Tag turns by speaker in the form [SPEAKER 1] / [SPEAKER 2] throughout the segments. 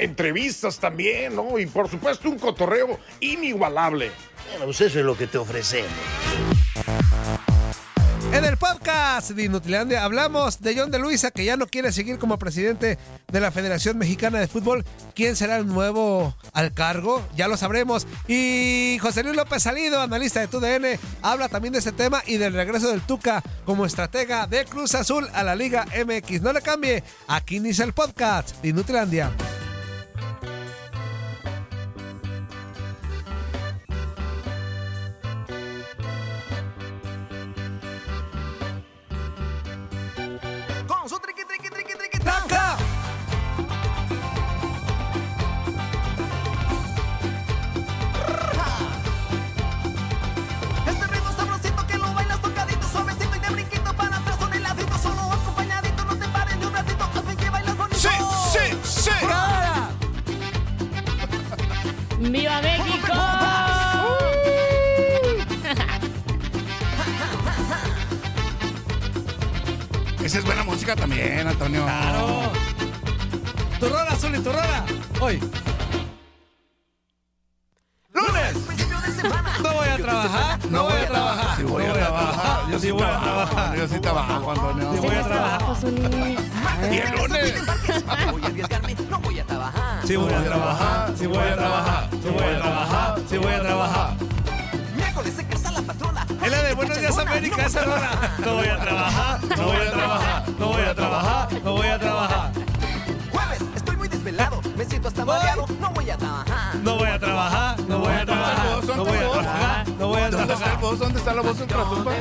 [SPEAKER 1] Entrevistas también, ¿no? Y por supuesto un cotorreo inigualable.
[SPEAKER 2] Bueno, pues eso es lo que te ofrecemos.
[SPEAKER 3] En el podcast de Inutilandia hablamos de John de Luisa, que ya no quiere seguir como presidente de la Federación Mexicana de Fútbol. ¿Quién será el nuevo al cargo? Ya lo sabremos. Y José Luis López Salido, analista de TUDN, habla también de este tema y del regreso del Tuca como estratega de Cruz Azul a la Liga MX. No le cambie, aquí inicia el podcast de Inutilandia.
[SPEAKER 4] Este
[SPEAKER 5] ¡Viva México!
[SPEAKER 6] Esa es buena música también, Antonio.
[SPEAKER 3] Claro. Tu rola, Zuli, tu rola. Hoy. Lunes. No voy a trabajar. No voy a trabajar.
[SPEAKER 6] Sí voy a trabajar. Yo sí voy a trabajar. Yo sí trabajo, Antonio.
[SPEAKER 5] Sí voy a trabajar, Zuli.
[SPEAKER 6] Y el lunes.
[SPEAKER 4] No voy a trabajar.
[SPEAKER 3] Sí voy a trabajar. Sí voy a trabajar. Sí voy a trabajar. Sí voy a trabajar.
[SPEAKER 4] Miércoles se casa la patrona.
[SPEAKER 3] Es la de Buenos Días América esa rola. No voy a trabajar. No voy a trabajar. No voy a trabajar. No voy a trabajar.
[SPEAKER 4] Jueves, estoy muy desvelado. Me siento hasta
[SPEAKER 3] Voy.
[SPEAKER 4] mareado. No voy a trabajar.
[SPEAKER 3] No voy a trabajar. No voy a trabajar. No voy a trabajar. No voy a
[SPEAKER 6] ¿Dónde está el
[SPEAKER 3] trabajar.
[SPEAKER 6] voz? ¿Dónde está la voz ultratumba?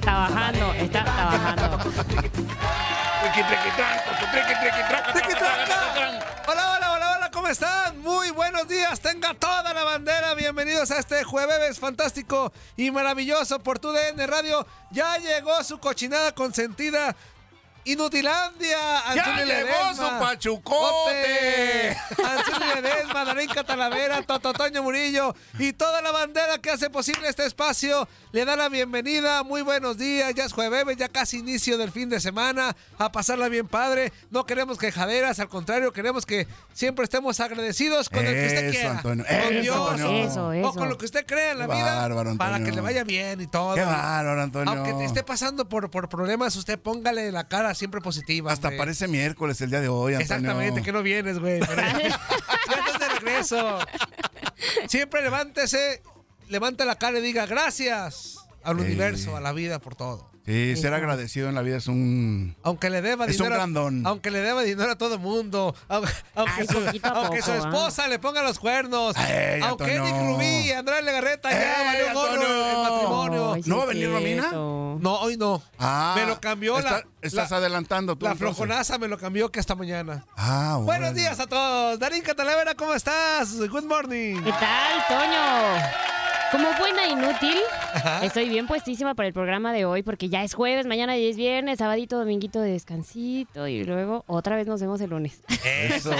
[SPEAKER 5] Trabajando, está trabajando.
[SPEAKER 1] Triqui, triqui, tranco, triqui, triqui, tranco,
[SPEAKER 3] ¡Tiki,
[SPEAKER 1] tranco,
[SPEAKER 3] tranca!
[SPEAKER 1] tranco, tranco.
[SPEAKER 3] Hola, hola, hola, hola, ¿cómo están? Muy buenos días, tenga toda la bandera. Bienvenidos a este jueves fantástico y maravilloso por tu DN Radio. Ya llegó su cochinada consentida. Inutilandia, Antonio
[SPEAKER 6] llegó su pachucote!
[SPEAKER 3] Antonio Ledesma, Darín Catalavera, Tototoño Murillo y toda la bandera que hace posible este espacio. Le da la bienvenida, muy buenos días, ya es jueves, ya casi inicio del fin de semana, a pasarla bien padre. No queremos quejaderas, al contrario, queremos que siempre estemos agradecidos con el que usted
[SPEAKER 6] Eso,
[SPEAKER 3] quiera.
[SPEAKER 6] Antonio,
[SPEAKER 3] con
[SPEAKER 6] eso,
[SPEAKER 3] Dios,
[SPEAKER 6] Antonio.
[SPEAKER 5] Eso,
[SPEAKER 3] o
[SPEAKER 5] eso.
[SPEAKER 3] con lo que usted crea en la
[SPEAKER 6] Qué
[SPEAKER 3] vida,
[SPEAKER 6] bárbaro,
[SPEAKER 3] para que
[SPEAKER 6] Antonio.
[SPEAKER 3] le vaya bien y todo.
[SPEAKER 6] Qué bárbaro, Antonio.
[SPEAKER 3] Aunque te esté pasando por, por problemas, usted póngale la cara siempre positiva.
[SPEAKER 6] Hasta
[SPEAKER 3] hombre.
[SPEAKER 6] parece miércoles el día de hoy, Antonio.
[SPEAKER 3] Exactamente, que no vienes, güey. Pero ya estás de regreso. Siempre levántese, levanta la cara y diga gracias al
[SPEAKER 6] Sí.
[SPEAKER 3] universo, a la vida por todo.
[SPEAKER 6] Sí, ser agradecido en la vida es un...
[SPEAKER 3] Aunque le deba
[SPEAKER 6] Es un
[SPEAKER 3] dinero. a-
[SPEAKER 6] grandón.
[SPEAKER 3] Aunque le deba dinero a todo el mundo. au- Aunque,
[SPEAKER 5] Ay,
[SPEAKER 3] su,
[SPEAKER 5] poquito a
[SPEAKER 3] aunque su
[SPEAKER 5] poco, ¿ah?
[SPEAKER 3] esposa le ponga los cuernos.
[SPEAKER 6] Ey,
[SPEAKER 3] aunque
[SPEAKER 6] Antonio.
[SPEAKER 3] Eric Rubí y Andrés Legarreta ya
[SPEAKER 6] Ey,
[SPEAKER 3] valió gorro el- el
[SPEAKER 6] Antonio.
[SPEAKER 3] matrimonio.
[SPEAKER 5] Ay, sí
[SPEAKER 6] ¿No va a
[SPEAKER 5] es
[SPEAKER 6] venir Romina?
[SPEAKER 5] cierto.
[SPEAKER 3] No, hoy no.
[SPEAKER 6] Ah,
[SPEAKER 3] me lo cambió
[SPEAKER 6] está-
[SPEAKER 3] la.
[SPEAKER 6] Estás
[SPEAKER 3] la-
[SPEAKER 6] adelantando tú,
[SPEAKER 3] La
[SPEAKER 6] entonces.
[SPEAKER 3] flojonaza me lo cambió que hasta mañana.
[SPEAKER 6] Ah,
[SPEAKER 3] Buenos
[SPEAKER 6] órale.
[SPEAKER 3] días a todos. Darín Catalavera, ¿cómo estás? Good morning.
[SPEAKER 5] ¿Qué tal, Toño? Como buena inútil, estoy bien puestísima para el programa de hoy porque ya es jueves, mañana ya es viernes, sabadito, dominguito de descansito y luego otra vez nos vemos el lunes.
[SPEAKER 6] Eso.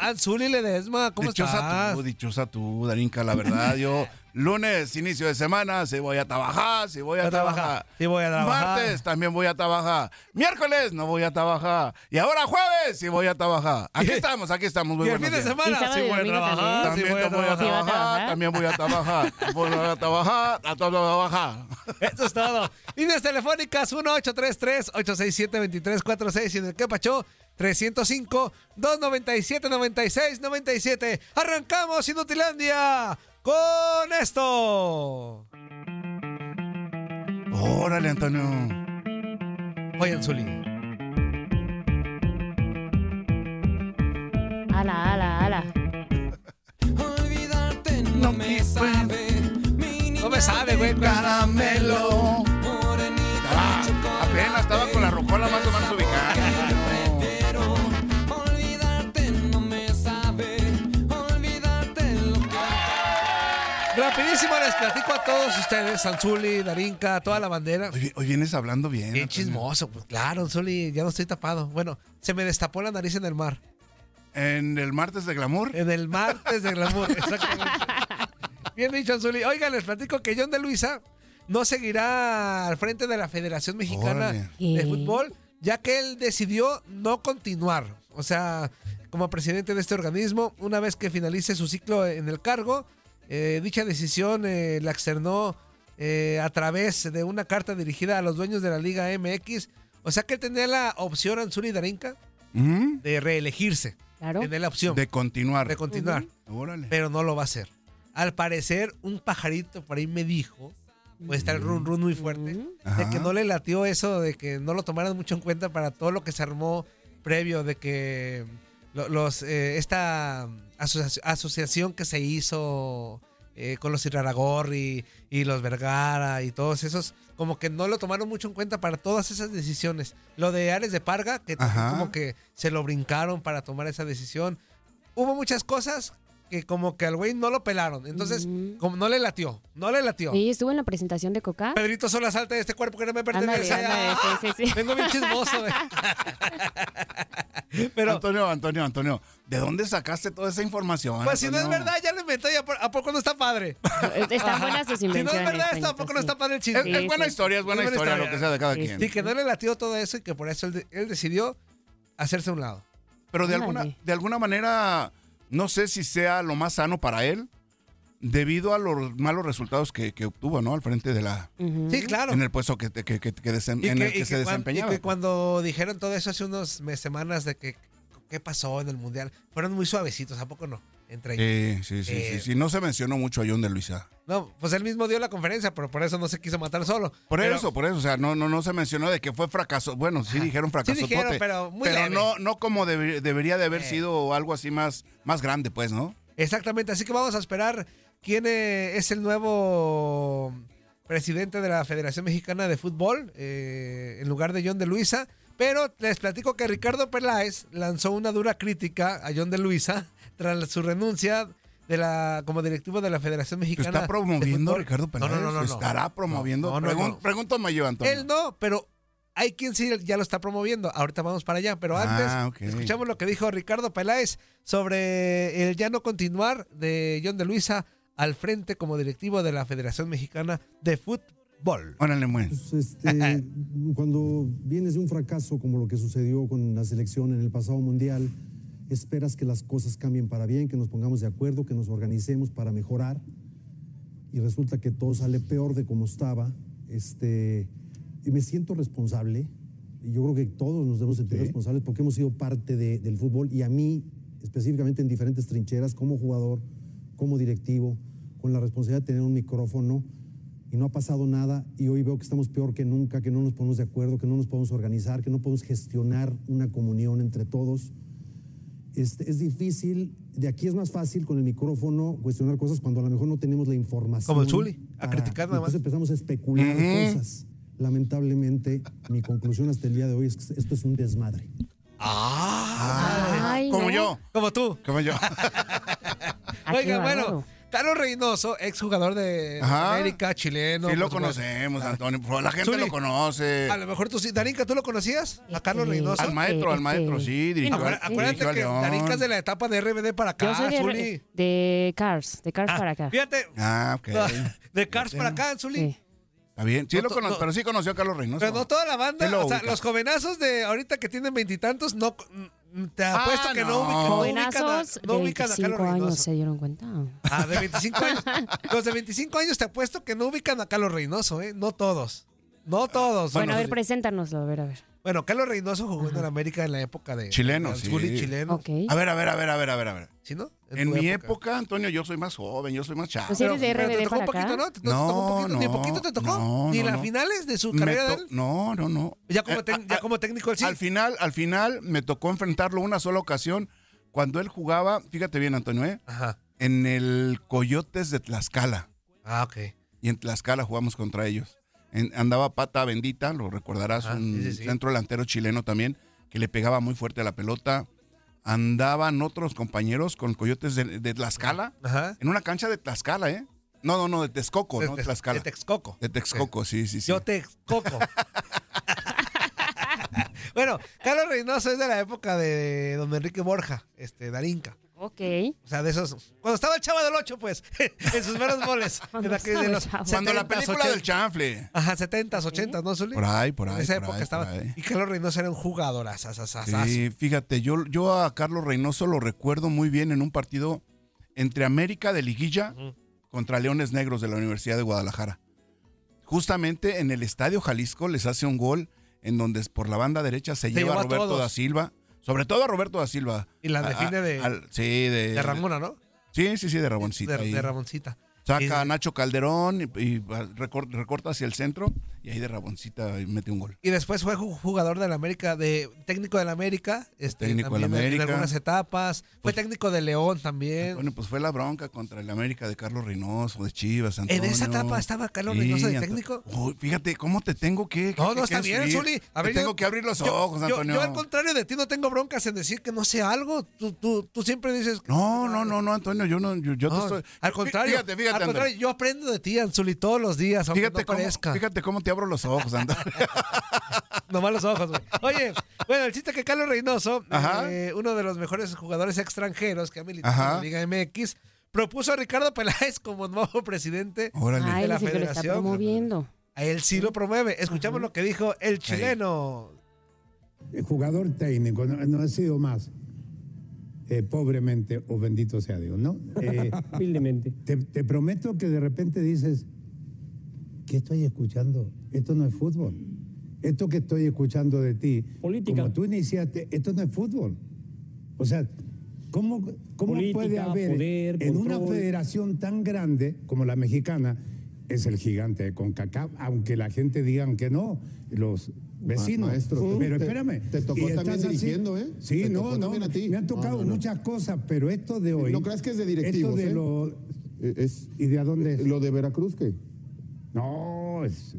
[SPEAKER 3] Anzuli Ah, Ledesma, ¿cómo
[SPEAKER 6] dichosa
[SPEAKER 3] estás?
[SPEAKER 6] tú, dichosa tú, Darinka, la verdad, yo lunes, inicio de semana, si voy a trabajar, si Ah, voy a,
[SPEAKER 3] Voy a trabajar,
[SPEAKER 6] trabajar.
[SPEAKER 3] sí voy a trabajar.
[SPEAKER 6] Martes también voy a trabajar. Miércoles no voy a trabajar. Y ahora jueves sí voy a trabajar. Aquí estamos, aquí estamos. Muy
[SPEAKER 3] y el
[SPEAKER 6] buenos
[SPEAKER 3] fin de
[SPEAKER 6] días.
[SPEAKER 5] Y
[SPEAKER 3] semana
[SPEAKER 5] sábado
[SPEAKER 3] sí
[SPEAKER 5] y
[SPEAKER 3] voy a
[SPEAKER 5] domingo
[SPEAKER 3] trabajar, sí
[SPEAKER 6] También
[SPEAKER 3] voy a
[SPEAKER 6] no voy a
[SPEAKER 5] Sí,
[SPEAKER 3] trabajar.
[SPEAKER 5] va a
[SPEAKER 6] trabajar,
[SPEAKER 5] trabajar.
[SPEAKER 6] también voy a trabajar. Voy a trabajar, a trabajar.
[SPEAKER 3] Eso es todo. Líneas telefónicas 1-833-867-2346 y en el que pachó 305-297-9697. Arrancamos Inutilandia con esto.
[SPEAKER 6] Órale, Antonio.
[SPEAKER 3] Oye, Anzuli.
[SPEAKER 5] Ala, ala, ala.
[SPEAKER 6] No me sabe.
[SPEAKER 3] No me sabe, güey.
[SPEAKER 6] Caramelo. Ah, apenas estaba con la rocola más o menos ubicada.
[SPEAKER 3] Rapidísimo les platico a todos ustedes, Anzuli, Darinka, toda la bandera.
[SPEAKER 6] Hoy, vi- hoy vienes hablando bien.
[SPEAKER 3] Qué
[SPEAKER 6] Antonio.
[SPEAKER 3] chismoso, pues claro, Anzuli, ya no estoy tapado. Bueno, se me destapó la nariz en el mar.
[SPEAKER 6] En el martes de glamour.
[SPEAKER 3] En el martes de glamour, exactamente. Bien dicho, Anzuli. Oigan, les platico que John de Luisa no seguirá al frente de la Federación Mexicana
[SPEAKER 6] Órale.
[SPEAKER 5] ¿Qué?
[SPEAKER 3] de Fútbol, ya que él decidió no continuar. O sea, como presidente de este organismo, una vez que finalice su ciclo en el cargo, eh, dicha decisión eh, la externó eh, a través de una carta dirigida a los dueños de la Liga MX. O sea que él tenía la opción, Anzuli Darinka,
[SPEAKER 6] ¿Mm?
[SPEAKER 3] de reelegirse.
[SPEAKER 5] Claro.
[SPEAKER 3] Tenía la opción
[SPEAKER 6] De continuar.
[SPEAKER 3] de continuar
[SPEAKER 6] Órale.
[SPEAKER 3] pero no lo va a hacer. Al parecer, un pajarito por ahí me dijo, o está el run run muy fuerte, de que
[SPEAKER 6] Ajá.
[SPEAKER 3] no le latió eso, de que no lo tomaran mucho en cuenta para todo lo que se armó previo, de que lo- los, eh, esta asocia- asociación que se hizo eh, con los Iraragorri y los Vergara y todos esos, como que no lo tomaron mucho en cuenta para todas esas decisiones. Lo de Ares de Parga, que también
[SPEAKER 6] Ajá.
[SPEAKER 3] como que se lo brincaron para tomar esa decisión. Hubo muchas cosas que como que al güey no lo pelaron. Entonces,
[SPEAKER 5] Ujú.
[SPEAKER 3] como no le latió, no le latió.
[SPEAKER 5] Sí, estuvo en la presentación de Coca.
[SPEAKER 3] Pedrito Sola salta de este cuerpo que no me
[SPEAKER 5] Ándale,
[SPEAKER 3] pertenece.
[SPEAKER 5] ándale,
[SPEAKER 3] ¡Ah!
[SPEAKER 5] sí, sí, sí.
[SPEAKER 3] Vengo bien chismoso, eh. Pero,
[SPEAKER 6] Antonio, Antonio, Antonio, ¿de dónde sacaste toda esa información?
[SPEAKER 3] pues si no es
[SPEAKER 6] Antonio?
[SPEAKER 3] verdad, ya lo inventé. ¿Y a, po- a poco no está padre?
[SPEAKER 5] Están buenas sus
[SPEAKER 3] Si no es
[SPEAKER 5] invenciones.
[SPEAKER 3] verdad,
[SPEAKER 5] Toñito,
[SPEAKER 3] tampoco no
[SPEAKER 5] sí.
[SPEAKER 3] está padre el
[SPEAKER 6] Es,
[SPEAKER 3] chisme.
[SPEAKER 6] es
[SPEAKER 5] Sí,
[SPEAKER 6] buena
[SPEAKER 5] sí.
[SPEAKER 6] historia, es buena
[SPEAKER 3] Es buena
[SPEAKER 6] historia, lo
[SPEAKER 3] historia.
[SPEAKER 6] que sea de cada
[SPEAKER 5] Sí,
[SPEAKER 6] quien.
[SPEAKER 3] Y que no le latió todo eso y que por eso él, él decidió hacerse a un lado.
[SPEAKER 6] Pero de
[SPEAKER 5] Ándale.
[SPEAKER 6] alguna, de alguna manera, no sé si sea lo más sano para él, debido a los malos resultados que, que obtuvo, ¿no? Al frente de la.
[SPEAKER 5] Ujú.
[SPEAKER 3] Mm. Sí, claro.
[SPEAKER 6] En el puesto que, te- que- que- que desem-
[SPEAKER 3] Y
[SPEAKER 6] en
[SPEAKER 3] que-
[SPEAKER 6] el que
[SPEAKER 3] y
[SPEAKER 6] se
[SPEAKER 3] que cuan- y
[SPEAKER 6] desempeñaba.
[SPEAKER 3] que cuando dijeron todo eso hace unas semanas de que qué pasó en el mundial, fueron muy suavecitos, ¿a poco no? Entre ellos.
[SPEAKER 6] Sí, sí, sí,
[SPEAKER 3] Eh,
[SPEAKER 6] sí, sí. No se mencionó mucho a John de Luisa.
[SPEAKER 3] No, pues él mismo dio la conferencia, pero por eso no se quiso matar solo.
[SPEAKER 6] Por
[SPEAKER 3] Pero-
[SPEAKER 6] eso, por eso. O sea, no, no, no se mencionó de que fue fracaso. Bueno, sí dijeron fracaso.
[SPEAKER 3] dijeron, pero muy leve.
[SPEAKER 6] no, no como debe- debería de haber
[SPEAKER 3] Eh.
[SPEAKER 6] sido algo así más, más grande, pues, ¿no?
[SPEAKER 3] Exactamente, así que vamos a esperar quién eh, es el nuevo presidente de la Federación Mexicana de Fútbol eh, en lugar de John de Luisa. Pero les platico que Ricardo Peláez lanzó una dura crítica a John de Luisa tras su renuncia de la, como directivo de la Federación
[SPEAKER 6] ¿Lo
[SPEAKER 3] Mexicana.
[SPEAKER 6] está
[SPEAKER 3] de
[SPEAKER 6] promoviendo
[SPEAKER 3] Fútbol.
[SPEAKER 6] Ricardo Peláez?
[SPEAKER 3] No, no, no, no,
[SPEAKER 6] ¿Lo
[SPEAKER 3] no.
[SPEAKER 6] ¿Estará promoviendo?
[SPEAKER 3] No, no,
[SPEAKER 6] Pregun-
[SPEAKER 3] no.
[SPEAKER 6] Pregúntame yo, Antonio.
[SPEAKER 3] Él no, pero hay quien sí ya lo está promoviendo. Ahorita vamos para allá, pero antes
[SPEAKER 6] Ah, ok.
[SPEAKER 3] escuchamos lo que dijo Ricardo Peláez sobre el ya no continuar de John de Luisa al frente como directivo de la Federación Mexicana de Fútbol.
[SPEAKER 6] Órale, pues.
[SPEAKER 7] Pues, este, cuando vienes de un fracaso como lo que sucedió con la selección en el pasado mundial, esperas que las cosas cambien para bien, que nos pongamos de acuerdo, que nos organicemos para mejorar. Y resulta que todo sale peor de como estaba. Este, y me siento responsable. y Yo creo que todos nos debemos sentir responsables porque hemos sido parte de- del fútbol y a mí, específicamente en diferentes trincheras, como jugador, como directivo, con la responsabilidad de tener un micrófono y no ha pasado nada y hoy veo que estamos peor que nunca, que no nos ponemos de acuerdo, que no nos podemos organizar, que no podemos gestionar una comunión entre todos. Este, es difícil, de aquí es más fácil con el micrófono cuestionar cosas cuando a lo mejor no tenemos la información.
[SPEAKER 3] Como el Zuli, a
[SPEAKER 7] para-
[SPEAKER 3] criticar nada más.
[SPEAKER 7] Entonces empezamos a especular cosas. Lamentablemente, mi conclusión hasta el día de hoy es que esto es un desmadre.
[SPEAKER 5] Ay,
[SPEAKER 6] como
[SPEAKER 5] no.
[SPEAKER 6] yo.
[SPEAKER 3] Ah, Como tú.
[SPEAKER 6] Como yo.
[SPEAKER 5] Ah, qué
[SPEAKER 3] Oiga, bueno,
[SPEAKER 5] bárbaro.
[SPEAKER 3] Carlos Reynoso, exjugador de
[SPEAKER 6] Ajá.
[SPEAKER 3] América, chileno.
[SPEAKER 6] sí lo
[SPEAKER 3] por supuesto. Ah.
[SPEAKER 6] conocemos, Antonio. por favor, La gente
[SPEAKER 3] Zuli.
[SPEAKER 6] lo conoce.
[SPEAKER 3] A lo mejor tú sí. Darinka, ¿tú lo conocías? A Carlos
[SPEAKER 5] Sí.
[SPEAKER 3] Reynoso.
[SPEAKER 6] Al maestro, al
[SPEAKER 5] este.
[SPEAKER 6] maestro, sí. dirigió
[SPEAKER 3] Acuérdate,
[SPEAKER 6] al-
[SPEAKER 3] acuérdate
[SPEAKER 6] dirigió a
[SPEAKER 3] que
[SPEAKER 6] León.
[SPEAKER 3] Darinka es de la etapa de RBD para acá,
[SPEAKER 5] Yo soy
[SPEAKER 3] Zuli.
[SPEAKER 5] de, de Cars, de Cars para acá.
[SPEAKER 3] ah, Fíjate,
[SPEAKER 6] Ah, ok.
[SPEAKER 3] No, de Cars para acá, Zuli.
[SPEAKER 5] Sí.
[SPEAKER 6] Está bien. Sí
[SPEAKER 3] No,
[SPEAKER 6] lo
[SPEAKER 3] to-
[SPEAKER 6] cono-
[SPEAKER 3] no.
[SPEAKER 6] pero sí conoció a Carlos Reynoso.
[SPEAKER 3] Pero no toda la banda,
[SPEAKER 6] Sí lo
[SPEAKER 3] o sea,
[SPEAKER 6] ubica.
[SPEAKER 3] los jovenazos de ahorita que tienen veintitantos, no mm, te apuesto que no
[SPEAKER 6] Ah, no.
[SPEAKER 3] ubican, no ubican a,
[SPEAKER 5] Buenazos,
[SPEAKER 3] no
[SPEAKER 5] de
[SPEAKER 3] ubican a
[SPEAKER 5] 25
[SPEAKER 3] Carlos
[SPEAKER 5] años
[SPEAKER 3] Reynoso.
[SPEAKER 5] se dieron cuenta.
[SPEAKER 3] Ah, de 25 años. Los de 25 años te apuesto que no ubican a Carlos Reynoso, ¿eh? No todos. No todos.
[SPEAKER 5] Bueno, a ver,
[SPEAKER 3] sí.
[SPEAKER 5] preséntanoslo, a ver, a ver.
[SPEAKER 3] Bueno, Carlos Reynoso jugó en el América en la época de.
[SPEAKER 6] Chileno,
[SPEAKER 3] de
[SPEAKER 6] sí.
[SPEAKER 3] Anzuli, chileno.
[SPEAKER 5] Ok.
[SPEAKER 6] A ver, a ver, a ver, a ver, a ver, a ver.
[SPEAKER 3] ¿Sí, no?
[SPEAKER 6] En mi época, Antonio, yo soy más joven, yo soy más chavo.
[SPEAKER 5] Pues eres de
[SPEAKER 3] pero te
[SPEAKER 5] RBD
[SPEAKER 3] tocó
[SPEAKER 5] para
[SPEAKER 3] un poquito,
[SPEAKER 5] acá.
[SPEAKER 3] ¿no? Te to-
[SPEAKER 6] No,
[SPEAKER 3] tocó un poquito, ni
[SPEAKER 6] no,
[SPEAKER 3] poquito te tocó.
[SPEAKER 6] no,
[SPEAKER 3] ni
[SPEAKER 6] no,
[SPEAKER 3] las
[SPEAKER 6] no.
[SPEAKER 3] finales de su
[SPEAKER 6] Me
[SPEAKER 3] carrera de
[SPEAKER 6] to-
[SPEAKER 3] él.
[SPEAKER 6] No, no, no.
[SPEAKER 3] Ya como,
[SPEAKER 6] Eh,
[SPEAKER 3] tec-
[SPEAKER 6] a-
[SPEAKER 3] ya
[SPEAKER 6] a-
[SPEAKER 3] como técnico del sí.
[SPEAKER 6] Al final, al final me tocó enfrentarlo una sola ocasión cuando él jugaba, fíjate bien, Antonio, ¿eh?
[SPEAKER 3] Ajá.
[SPEAKER 6] en el Coyotes de Tlaxcala.
[SPEAKER 3] Ah, ok.
[SPEAKER 6] Y en Tlaxcala jugamos contra ellos. En- andaba Pata Bendita, lo recordarás,
[SPEAKER 3] Ajá,
[SPEAKER 6] un
[SPEAKER 3] Ah, sí, sí, sí.
[SPEAKER 6] centro delantero chileno también, que le pegaba muy fuerte a la pelota. Andaban otros compañeros con Coyotes de, de Tlaxcala,
[SPEAKER 3] Ajá.
[SPEAKER 6] en una cancha de Tlaxcala, ¿eh? No, no, no, de Texcoco, no
[SPEAKER 3] De-
[SPEAKER 6] Tlaxcala.
[SPEAKER 3] De Texcoco.
[SPEAKER 6] De Texcoco, sí, sí, sí.
[SPEAKER 3] Yo te coco. bueno, Carlos Reynoso es de la época de don Enrique Borja, este, Darinka.
[SPEAKER 5] Ok.
[SPEAKER 3] O sea, de esos. Cuando estaba el Chava del 8, pues, en sus meros goles.
[SPEAKER 5] Cuando
[SPEAKER 3] en aquel
[SPEAKER 5] estaba
[SPEAKER 3] de los
[SPEAKER 5] el Chavo.
[SPEAKER 6] Cuando la
[SPEAKER 3] 70s,
[SPEAKER 6] película
[SPEAKER 3] 80s.
[SPEAKER 6] del chanfle.
[SPEAKER 3] Ajá, 70s, 80s, ¿no, Zuli?
[SPEAKER 6] Por ahí, por ahí.
[SPEAKER 3] en esa
[SPEAKER 6] por
[SPEAKER 3] época
[SPEAKER 6] ahí,
[SPEAKER 3] estaba.
[SPEAKER 6] por ahí.
[SPEAKER 3] Y Carlos Reynoso era un jugador. asasasasazo.
[SPEAKER 6] Sí, fíjate, yo, yo a Carlos Reynoso lo recuerdo muy bien en un partido entre América de Liguilla contra Leones Negros de la Universidad de Guadalajara. Justamente en el Estadio Jalisco les hace un gol en donde por la banda derecha se, lleva
[SPEAKER 3] llevó
[SPEAKER 6] a
[SPEAKER 3] a
[SPEAKER 6] Roberto
[SPEAKER 3] todos.
[SPEAKER 6] da Silva, sobre todo a Roberto da Silva.
[SPEAKER 3] Y la
[SPEAKER 6] A-
[SPEAKER 3] define
[SPEAKER 6] a-
[SPEAKER 3] de-
[SPEAKER 6] al- sí, de,
[SPEAKER 3] De Ramona, ¿no?
[SPEAKER 6] Sí, sí, sí, de Ramoncita.
[SPEAKER 3] De,
[SPEAKER 6] ahí.
[SPEAKER 3] de Ramoncita. Sí, sí.
[SPEAKER 6] Saca a Nacho Calderón y, y va- recor- recorta hacia el centro y ahí de Ramoncita mete un gol.
[SPEAKER 3] Y después fue ju- jugador de la América, de técnico de la América, este,
[SPEAKER 6] Técnico de la
[SPEAKER 3] también en- en
[SPEAKER 6] América.
[SPEAKER 3] algunas etapas. Fue técnico de León también.
[SPEAKER 6] Pues, Bueno, pues fue la bronca contra el América de Carlos Reynoso, de Chivas, Antonio.
[SPEAKER 3] En esa etapa estaba Carlos Reynoso de técnico.
[SPEAKER 6] Uy, fíjate, ¿cómo te tengo que.?
[SPEAKER 3] No,
[SPEAKER 6] que-
[SPEAKER 3] no,
[SPEAKER 6] que
[SPEAKER 3] está bien,
[SPEAKER 6] instruir?
[SPEAKER 3] Zuli.
[SPEAKER 6] Te
[SPEAKER 3] yo-
[SPEAKER 6] tengo que abrir los
[SPEAKER 3] yo-
[SPEAKER 6] ojos,
[SPEAKER 3] yo-
[SPEAKER 6] Antonio.
[SPEAKER 3] Yo, al contrario de ti, no tengo broncas en decir que no sé algo. Tú, tú, tú siempre dices.
[SPEAKER 6] no, no, no, no, Antonio, yo no. Yo, yo te
[SPEAKER 3] No,
[SPEAKER 6] estoy.
[SPEAKER 3] al contrario,
[SPEAKER 6] Fíjate, fíjate,
[SPEAKER 3] al contrario,
[SPEAKER 6] Antonio.
[SPEAKER 3] yo aprendo de ti, Anzuli, todos los días, aunque
[SPEAKER 6] Fíjate,
[SPEAKER 3] no
[SPEAKER 6] cómo,
[SPEAKER 3] parezca.
[SPEAKER 6] fíjate cómo te abro los ojos, Antonio.
[SPEAKER 3] Nomás los ojos, güey. Oye, bueno, el chiste es que Carlos Reynoso,
[SPEAKER 6] Ajá.
[SPEAKER 3] eh, uno de los mejores jugadores extranjeros que ha militado
[SPEAKER 6] Ajá.
[SPEAKER 3] en la Liga MX, propuso a Ricardo Peláez como nuevo presidente.
[SPEAKER 6] Órale.
[SPEAKER 5] Ah,
[SPEAKER 3] de
[SPEAKER 5] él
[SPEAKER 3] la
[SPEAKER 5] es el que lo está
[SPEAKER 3] federación.
[SPEAKER 5] promoviendo.
[SPEAKER 3] A él sí lo promueve. Escuchamos
[SPEAKER 5] Ajá.
[SPEAKER 3] lo que dijo el chileno.
[SPEAKER 8] Jugador técnico, no, no ha sido más. eh, pobremente, o bendito sea Dios, ¿no? Eh, te, te prometo que de repente dices, ¿qué estoy escuchando? Esto no es fútbol. Esto que estoy escuchando de ti, como tú iniciaste, esto no es fútbol. O sea, ¿cómo, cómo puede haber en una federación tan grande como la mexicana, es el gigante de CONCACAF, aunque la gente digan que no, los vecinos. pero espérame. Te, tocó también dirigiendo, ¿eh? Sí, no, no. Me han tocado muchas cosas, pero esto de hoy... No creas que es de directivos, de lo- ¿Y de a dónde ¿Lo de Veracruz qué? No, es-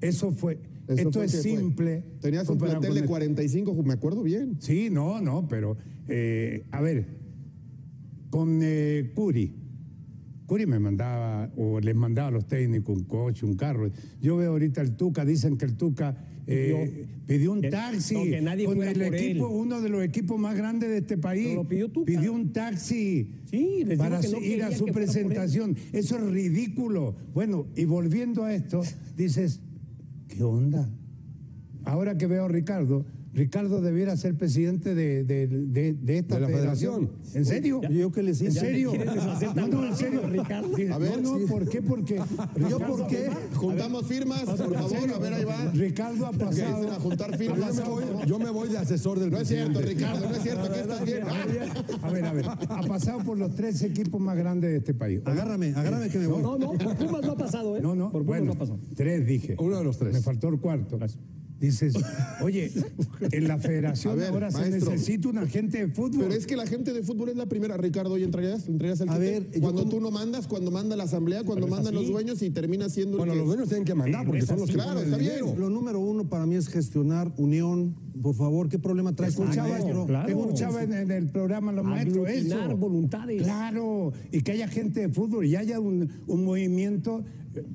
[SPEAKER 8] eso fue... esto es simple. Tenías un plantel de 45, me acuerdo bien. Sí, no, no, pero... eh, a ver, con eh, Curi. Curi me mandaba o les mandaba a los técnicos un coche, un carro. Yo veo ahorita el Tuca, dicen que el Tuca eh, pidió, un taxi con el equipo, uno de los equipos más grandes de este país. Pidió un taxi para su- ir a su presentación. Eso es ridículo. Bueno, y volviendo a esto, dices, ¿qué onda? Ahora que veo a Ricardo, Ricardo debiera ser presidente de, de- de- de esta federación. ¿En serio? Yo que le ¿En serio? No, no, en serio, Ricardo. no, no, ¿por qué? Porque. Ah, ¿Yo por qué? Juntamos firmas, por favor, a ver, ahí va. Ricardo ha pasado. juntar firmas. Yo me, voy, de asesor del presidente. No es cierto, Ricardo, no es cierto, que estás bien. Ah. A ver, a ver, ha pasado por los tres equipos más grandes de este país. Agárrame, agárrame que me voy. No, no, por Pumas no ha pasado, ¿eh? No, no, bueno, tres dije. Uno de los tres. Me faltó el cuarto. Dices, oye, en la federación ahora se necesita un agente de fútbol. Pero es que la gente de fútbol es la primera, Ricardo, y entrarías, entrarías al A ver, cuando tú no mandas, cuando manda la asamblea, cuando mandan los dueños y termina siendo Bueno, los dueños tienen que mandar porque son los claro, está bien. Lo número uno para mí es gestionar unión. Por favor, ¿qué problema traes? Escuchaba, te escuchaba en, en el programa los maestros eso. voluntades. Claro, y que haya gente de fútbol y haya un, un movimiento.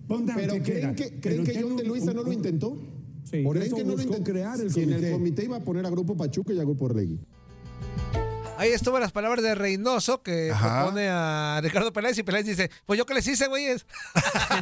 [SPEAKER 8] Pero creen que, creen que John de Luisa no lo intentó. Por eso que no lo intentó. crear el comité. en el comité iba a poner a Grupo Pachuca y a Grupo Orlegui.
[SPEAKER 3] Ahí estuvo las palabras de Reynoso que
[SPEAKER 6] Ajá.
[SPEAKER 3] propone a Ricardo Peláez y Peláez dice, pues yo qué les hice, güeyes.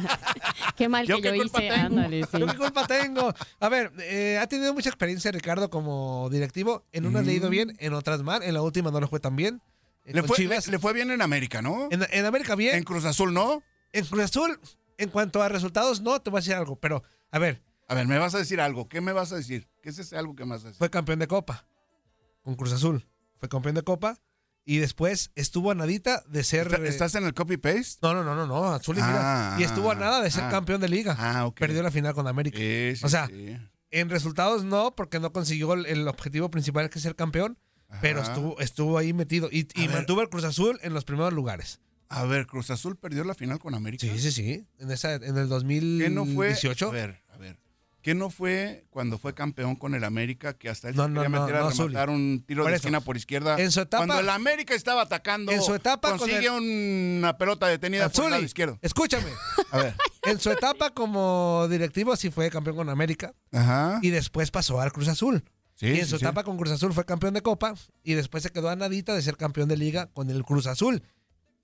[SPEAKER 5] Qué mal
[SPEAKER 6] ¿Yo
[SPEAKER 5] que
[SPEAKER 6] qué
[SPEAKER 5] yo
[SPEAKER 6] culpa
[SPEAKER 5] hice.
[SPEAKER 6] tengo?
[SPEAKER 5] Ándale, sí.
[SPEAKER 3] Yo qué culpa tengo. A ver, eh, ha tenido mucha experiencia Ricardo como directivo. En unas le ha ido bien, en otras mal. En la última no le fue tan bien. Eh,
[SPEAKER 6] Mm. Le
[SPEAKER 3] con
[SPEAKER 6] fue, le,
[SPEAKER 3] Chivas.
[SPEAKER 6] le fue bien en América, ¿no? En,
[SPEAKER 3] en, en América bien.
[SPEAKER 6] Cruz Azul, ¿no?
[SPEAKER 3] En Cruz Azul, en cuanto a resultados, no, te voy a decir algo. Pero, a ver,
[SPEAKER 6] A ver, me vas a decir algo. ¿Qué me vas a decir? ¿Qué es ese algo que me vas a decir?
[SPEAKER 3] fue campeón de Copa con Cruz Azul. Fue campeón de Copa y después estuvo a nadita de ser.
[SPEAKER 6] ¿Está-
[SPEAKER 3] eh,
[SPEAKER 6] ¿Estás en el copy-paste?
[SPEAKER 3] No, no, no, no, no, Azul y
[SPEAKER 6] Ah,
[SPEAKER 3] mira, Y estuvo a nada de ser
[SPEAKER 6] ah.
[SPEAKER 3] campeón de liga.
[SPEAKER 6] Ah, ok.
[SPEAKER 3] Perdió la final con América.
[SPEAKER 6] Sí, sí,
[SPEAKER 3] O sea,
[SPEAKER 6] sí.
[SPEAKER 3] En resultados no, porque no consiguió el, el objetivo principal que es ser campeón, pero
[SPEAKER 6] Ajá.
[SPEAKER 3] estuvo, estuvo ahí metido y, y
[SPEAKER 6] A ver.
[SPEAKER 3] mantuvo el Cruz Azul en los primeros lugares.
[SPEAKER 6] A ver, Cruz Azul perdió la final con América.
[SPEAKER 3] Sí, sí, sí. En, esa, en el
[SPEAKER 6] ¿Qué no fue?
[SPEAKER 3] 2018.
[SPEAKER 6] A ver, a ver. ¿Qué no fue cuando fue campeón con el América que hasta él
[SPEAKER 3] No,
[SPEAKER 6] se
[SPEAKER 3] no,
[SPEAKER 6] quería
[SPEAKER 3] no,
[SPEAKER 6] meter a
[SPEAKER 3] no, Zuli.
[SPEAKER 6] rematar un tiro
[SPEAKER 3] Por
[SPEAKER 6] de
[SPEAKER 3] eso.
[SPEAKER 6] esquina por izquierda?
[SPEAKER 3] En su etapa-
[SPEAKER 6] cuando el América estaba atacando,
[SPEAKER 3] En su etapa con
[SPEAKER 6] consigue una pelota detenida por el lado
[SPEAKER 3] Zuli,
[SPEAKER 6] izquierdo.
[SPEAKER 3] escúchame.
[SPEAKER 6] A ver.
[SPEAKER 3] En su etapa como directivo sí fue campeón con América
[SPEAKER 6] Ajá.
[SPEAKER 3] y después pasó al Cruz Azul.
[SPEAKER 6] Sí,
[SPEAKER 3] y en
[SPEAKER 6] sí,
[SPEAKER 3] su
[SPEAKER 6] sí.
[SPEAKER 3] etapa con Cruz Azul fue campeón de Copa y después se quedó a nadita de ser campeón de Liga con el Cruz Azul.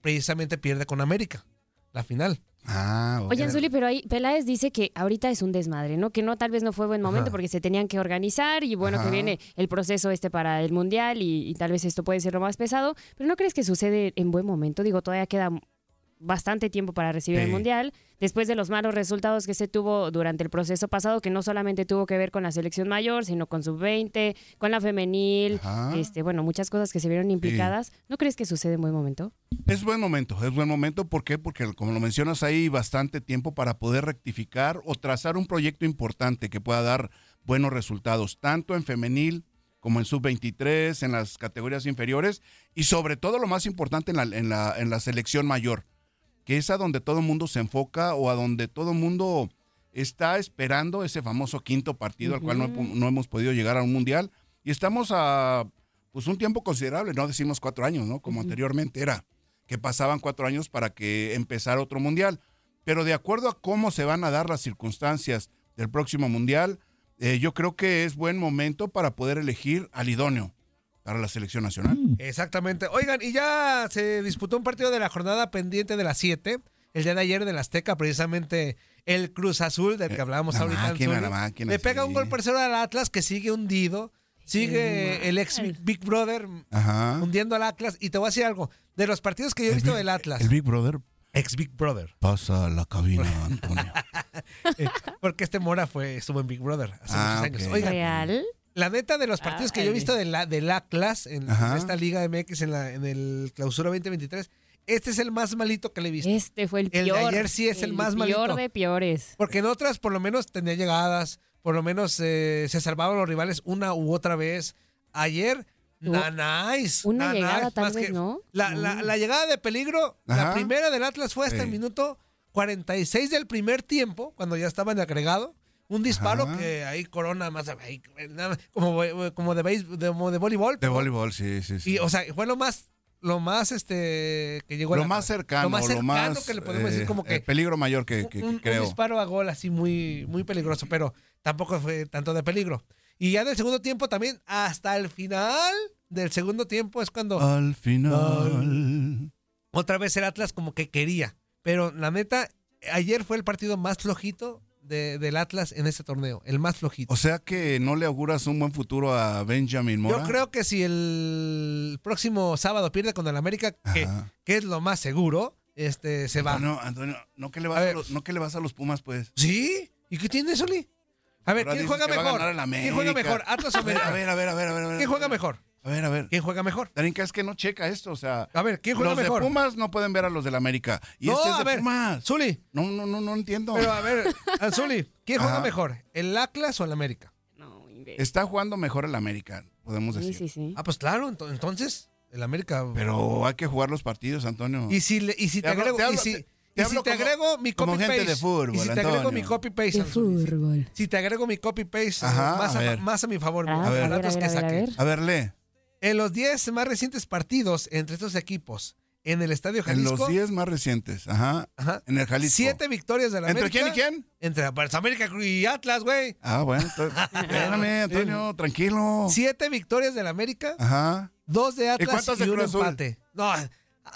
[SPEAKER 3] Precisamente pierde con América la final.
[SPEAKER 6] Ah, ok.
[SPEAKER 5] Oye, Zuli, pero ahí Peláez dice que ahorita es un desmadre, ¿no? Que no, tal vez no fue buen momento
[SPEAKER 3] Ajá.
[SPEAKER 5] porque se tenían que organizar y bueno,
[SPEAKER 6] Ajá.
[SPEAKER 5] que viene el proceso este para el Mundial y, y tal vez esto puede ser lo más pesado, pero ¿no crees que sucede en buen momento? Digo, todavía queda bastante tiempo para recibir el
[SPEAKER 6] Sí.
[SPEAKER 5] Mundial, después de los malos resultados que se tuvo durante el proceso pasado, que no solamente tuvo que ver con la selección mayor, sino con sub-20, con la femenil,
[SPEAKER 6] Ajá.
[SPEAKER 5] este, bueno, muchas cosas que se vieron implicadas. ¿No crees que sucede en buen momento?
[SPEAKER 6] Es buen momento, es buen momento. ¿Por qué? Porque, como lo mencionas, hay bastante tiempo para poder rectificar o trazar un proyecto importante que pueda dar buenos resultados, tanto en femenil como en sub-23, en las categorías inferiores y, sobre todo, lo más importante, en la, en la- en la selección mayor, que es a donde todo el mundo se enfoca o a donde todo el mundo está esperando ese famoso quinto partido al cual no,
[SPEAKER 5] Ujú.
[SPEAKER 6] no hemos podido llegar a un mundial. Y estamos a pues un tiempo considerable, no decimos cuatro años, ¿no? Como anteriormente era, que pasaban cuatro años para que empezara otro mundial. Pero de acuerdo a cómo se van a dar las circunstancias del próximo mundial, eh, yo creo que es buen momento para poder elegir al idóneo para la selección nacional.
[SPEAKER 3] Exactamente. Oigan, y ya se disputó un partido de la jornada pendiente de las 7, el día de ayer del Azteca, precisamente el Cruz Azul, del que
[SPEAKER 6] Eh,
[SPEAKER 3] hablábamos
[SPEAKER 6] la
[SPEAKER 3] ahorita.
[SPEAKER 6] máquina,
[SPEAKER 3] Anzuli.
[SPEAKER 6] la máquina,
[SPEAKER 3] Le pega
[SPEAKER 6] sí.
[SPEAKER 3] un gol por cero al Atlas que sigue hundido, sigue el ex Big- Big Brother
[SPEAKER 6] Ajá.
[SPEAKER 3] hundiendo al Atlas. Y te voy a decir algo, de los partidos que yo he visto del Atlas,
[SPEAKER 6] Ah. Big Brother
[SPEAKER 3] ex Big Brother,
[SPEAKER 6] pasa a la cabina, Antonio.
[SPEAKER 3] eh, porque este Mora fue, estuvo en Big Brother hace
[SPEAKER 6] Ah,
[SPEAKER 3] muchos años.
[SPEAKER 6] ok.
[SPEAKER 3] Oigan,
[SPEAKER 5] ¿Real?
[SPEAKER 3] La neta de los partidos que yo he visto de la, de la class en, en
[SPEAKER 6] Ajá.
[SPEAKER 3] esta Liga MX en, la, en el clausura 2023, este es el más malito que le he visto.
[SPEAKER 5] Este fue el
[SPEAKER 3] El
[SPEAKER 5] peor.
[SPEAKER 3] de ayer sí es el más malito.
[SPEAKER 5] peor de peores.
[SPEAKER 3] Porque en otras por lo menos tenía llegadas, por lo menos eh, se salvaban los rivales una u otra vez. Ayer,
[SPEAKER 5] Tuvo
[SPEAKER 3] nanáis.
[SPEAKER 5] una
[SPEAKER 3] nanáis,
[SPEAKER 5] llegada tal
[SPEAKER 3] más
[SPEAKER 5] vez,
[SPEAKER 3] que-
[SPEAKER 5] ¿no? Mm.
[SPEAKER 3] La, la- la llegada de peligro, la
[SPEAKER 6] Ajá.
[SPEAKER 3] primera del Atlas fue hasta el
[SPEAKER 6] Sí.
[SPEAKER 3] minuto 46 del primer tiempo, cuando ya estaba en agregado. Un disparo
[SPEAKER 6] Ajá.
[SPEAKER 3] que ahí corona más, ahí, nada más, como, como, de, béis- de, como de voleibol.
[SPEAKER 6] De voleibol, sí, sí, sí.
[SPEAKER 3] Y, o sea, fue lo más, lo más, este, que llegó
[SPEAKER 6] lo,
[SPEAKER 3] el
[SPEAKER 6] más
[SPEAKER 3] Atlas.
[SPEAKER 6] cercano,
[SPEAKER 3] lo más cercano, que le podemos
[SPEAKER 6] eh,
[SPEAKER 3] decir como que
[SPEAKER 6] el peligro mayor que, que- que
[SPEAKER 3] un, un
[SPEAKER 6] creo.
[SPEAKER 3] disparo a gol así muy, muy peligroso, pero tampoco fue tanto de peligro. Y ya del segundo tiempo también, hasta el final del segundo tiempo es cuando
[SPEAKER 6] Al final.
[SPEAKER 3] otra vez el Atlas como que quería. Pero la neta, ayer fue el partido más flojito de- del Atlas en este torneo, el más flojito.
[SPEAKER 6] O sea que no le auguras un buen futuro a Benjamin Mora.
[SPEAKER 3] Yo creo que si el próximo sábado pierde con el América, que,
[SPEAKER 6] Ajá.
[SPEAKER 3] que es lo más seguro, este se va.
[SPEAKER 6] Ah. Antonio, Antonio, no que, le
[SPEAKER 3] A
[SPEAKER 6] vas a
[SPEAKER 3] ver.
[SPEAKER 6] los, no que le vas a los Pumas, pues.
[SPEAKER 3] ¿Sí? ¿Y qué tiene, Soli? A ver,
[SPEAKER 6] Ahora
[SPEAKER 3] ¿quién
[SPEAKER 6] dices
[SPEAKER 3] juega
[SPEAKER 6] que va a
[SPEAKER 3] mejor?
[SPEAKER 6] ganar el América.
[SPEAKER 3] ¿Quién juega mejor? ¿Atlas o
[SPEAKER 6] A ver,
[SPEAKER 3] América?
[SPEAKER 6] a ver, a ver, a ver, a ver, a ver.
[SPEAKER 3] ¿Quién juega mejor?
[SPEAKER 6] A ver, a ver.
[SPEAKER 3] ¿Quién juega mejor?
[SPEAKER 6] Darinka, es que no checa esto, o sea.
[SPEAKER 3] A ver, ¿quién juega
[SPEAKER 6] los
[SPEAKER 3] mejor?
[SPEAKER 6] de Pumas no pueden ver a los del América. Y este es de
[SPEAKER 3] a ver,
[SPEAKER 6] Pumas.
[SPEAKER 3] Zuli.
[SPEAKER 6] No, no, no, no entiendo.
[SPEAKER 3] Pero a ver, Zuli, ¿quién juega
[SPEAKER 6] Ajá.
[SPEAKER 3] mejor? ¿El Atlas o el América?
[SPEAKER 5] No, imbécil.
[SPEAKER 6] Está jugando mejor el América, podemos
[SPEAKER 5] Sí,
[SPEAKER 6] decir.
[SPEAKER 5] sí, sí.
[SPEAKER 3] Ah, pues claro, ento- entonces, el América.
[SPEAKER 6] Pero hay que jugar los partidos, Antonio.
[SPEAKER 3] y si, le- y si
[SPEAKER 6] Te
[SPEAKER 3] te,
[SPEAKER 6] hablo-
[SPEAKER 3] agrego,
[SPEAKER 6] te hablo-
[SPEAKER 3] y si,
[SPEAKER 6] te- te
[SPEAKER 3] y si
[SPEAKER 6] hablo
[SPEAKER 3] te
[SPEAKER 6] como-
[SPEAKER 3] agrego mi
[SPEAKER 6] como
[SPEAKER 3] copy paste.
[SPEAKER 6] gente de fútbol,
[SPEAKER 3] y si te agrego mi
[SPEAKER 6] Antonio.
[SPEAKER 3] copy paste,
[SPEAKER 5] Qué fútbol.
[SPEAKER 3] si te agrego mi copy paste,
[SPEAKER 6] Ajá,
[SPEAKER 3] más,
[SPEAKER 6] a
[SPEAKER 3] a,
[SPEAKER 6] ver.
[SPEAKER 3] más a mi favor,
[SPEAKER 5] Ah,
[SPEAKER 3] los
[SPEAKER 5] a ver,
[SPEAKER 3] datos
[SPEAKER 5] a ver,
[SPEAKER 3] que
[SPEAKER 5] a ver, a
[SPEAKER 3] saqué.
[SPEAKER 5] ver.
[SPEAKER 6] A ver, lee.
[SPEAKER 3] En los 10 más recientes partidos entre estos equipos en el Estadio
[SPEAKER 6] En
[SPEAKER 3] Jalisco,
[SPEAKER 6] los 10 más recientes, ajá.
[SPEAKER 3] ajá,
[SPEAKER 6] En el Jalisco.
[SPEAKER 3] siete victorias de la
[SPEAKER 6] ¿Entre quién
[SPEAKER 3] América.
[SPEAKER 6] y quién?
[SPEAKER 3] Entre pues, América y Atlas, güey.
[SPEAKER 6] Ah, bueno. entonces- Espérame, Antonio, tranquilo.
[SPEAKER 3] Siete victorias del América,
[SPEAKER 6] Ajá.
[SPEAKER 3] dos de Atlas
[SPEAKER 6] cuántas
[SPEAKER 3] y,
[SPEAKER 6] de
[SPEAKER 3] un
[SPEAKER 6] Cruz Azul?
[SPEAKER 3] empate. No,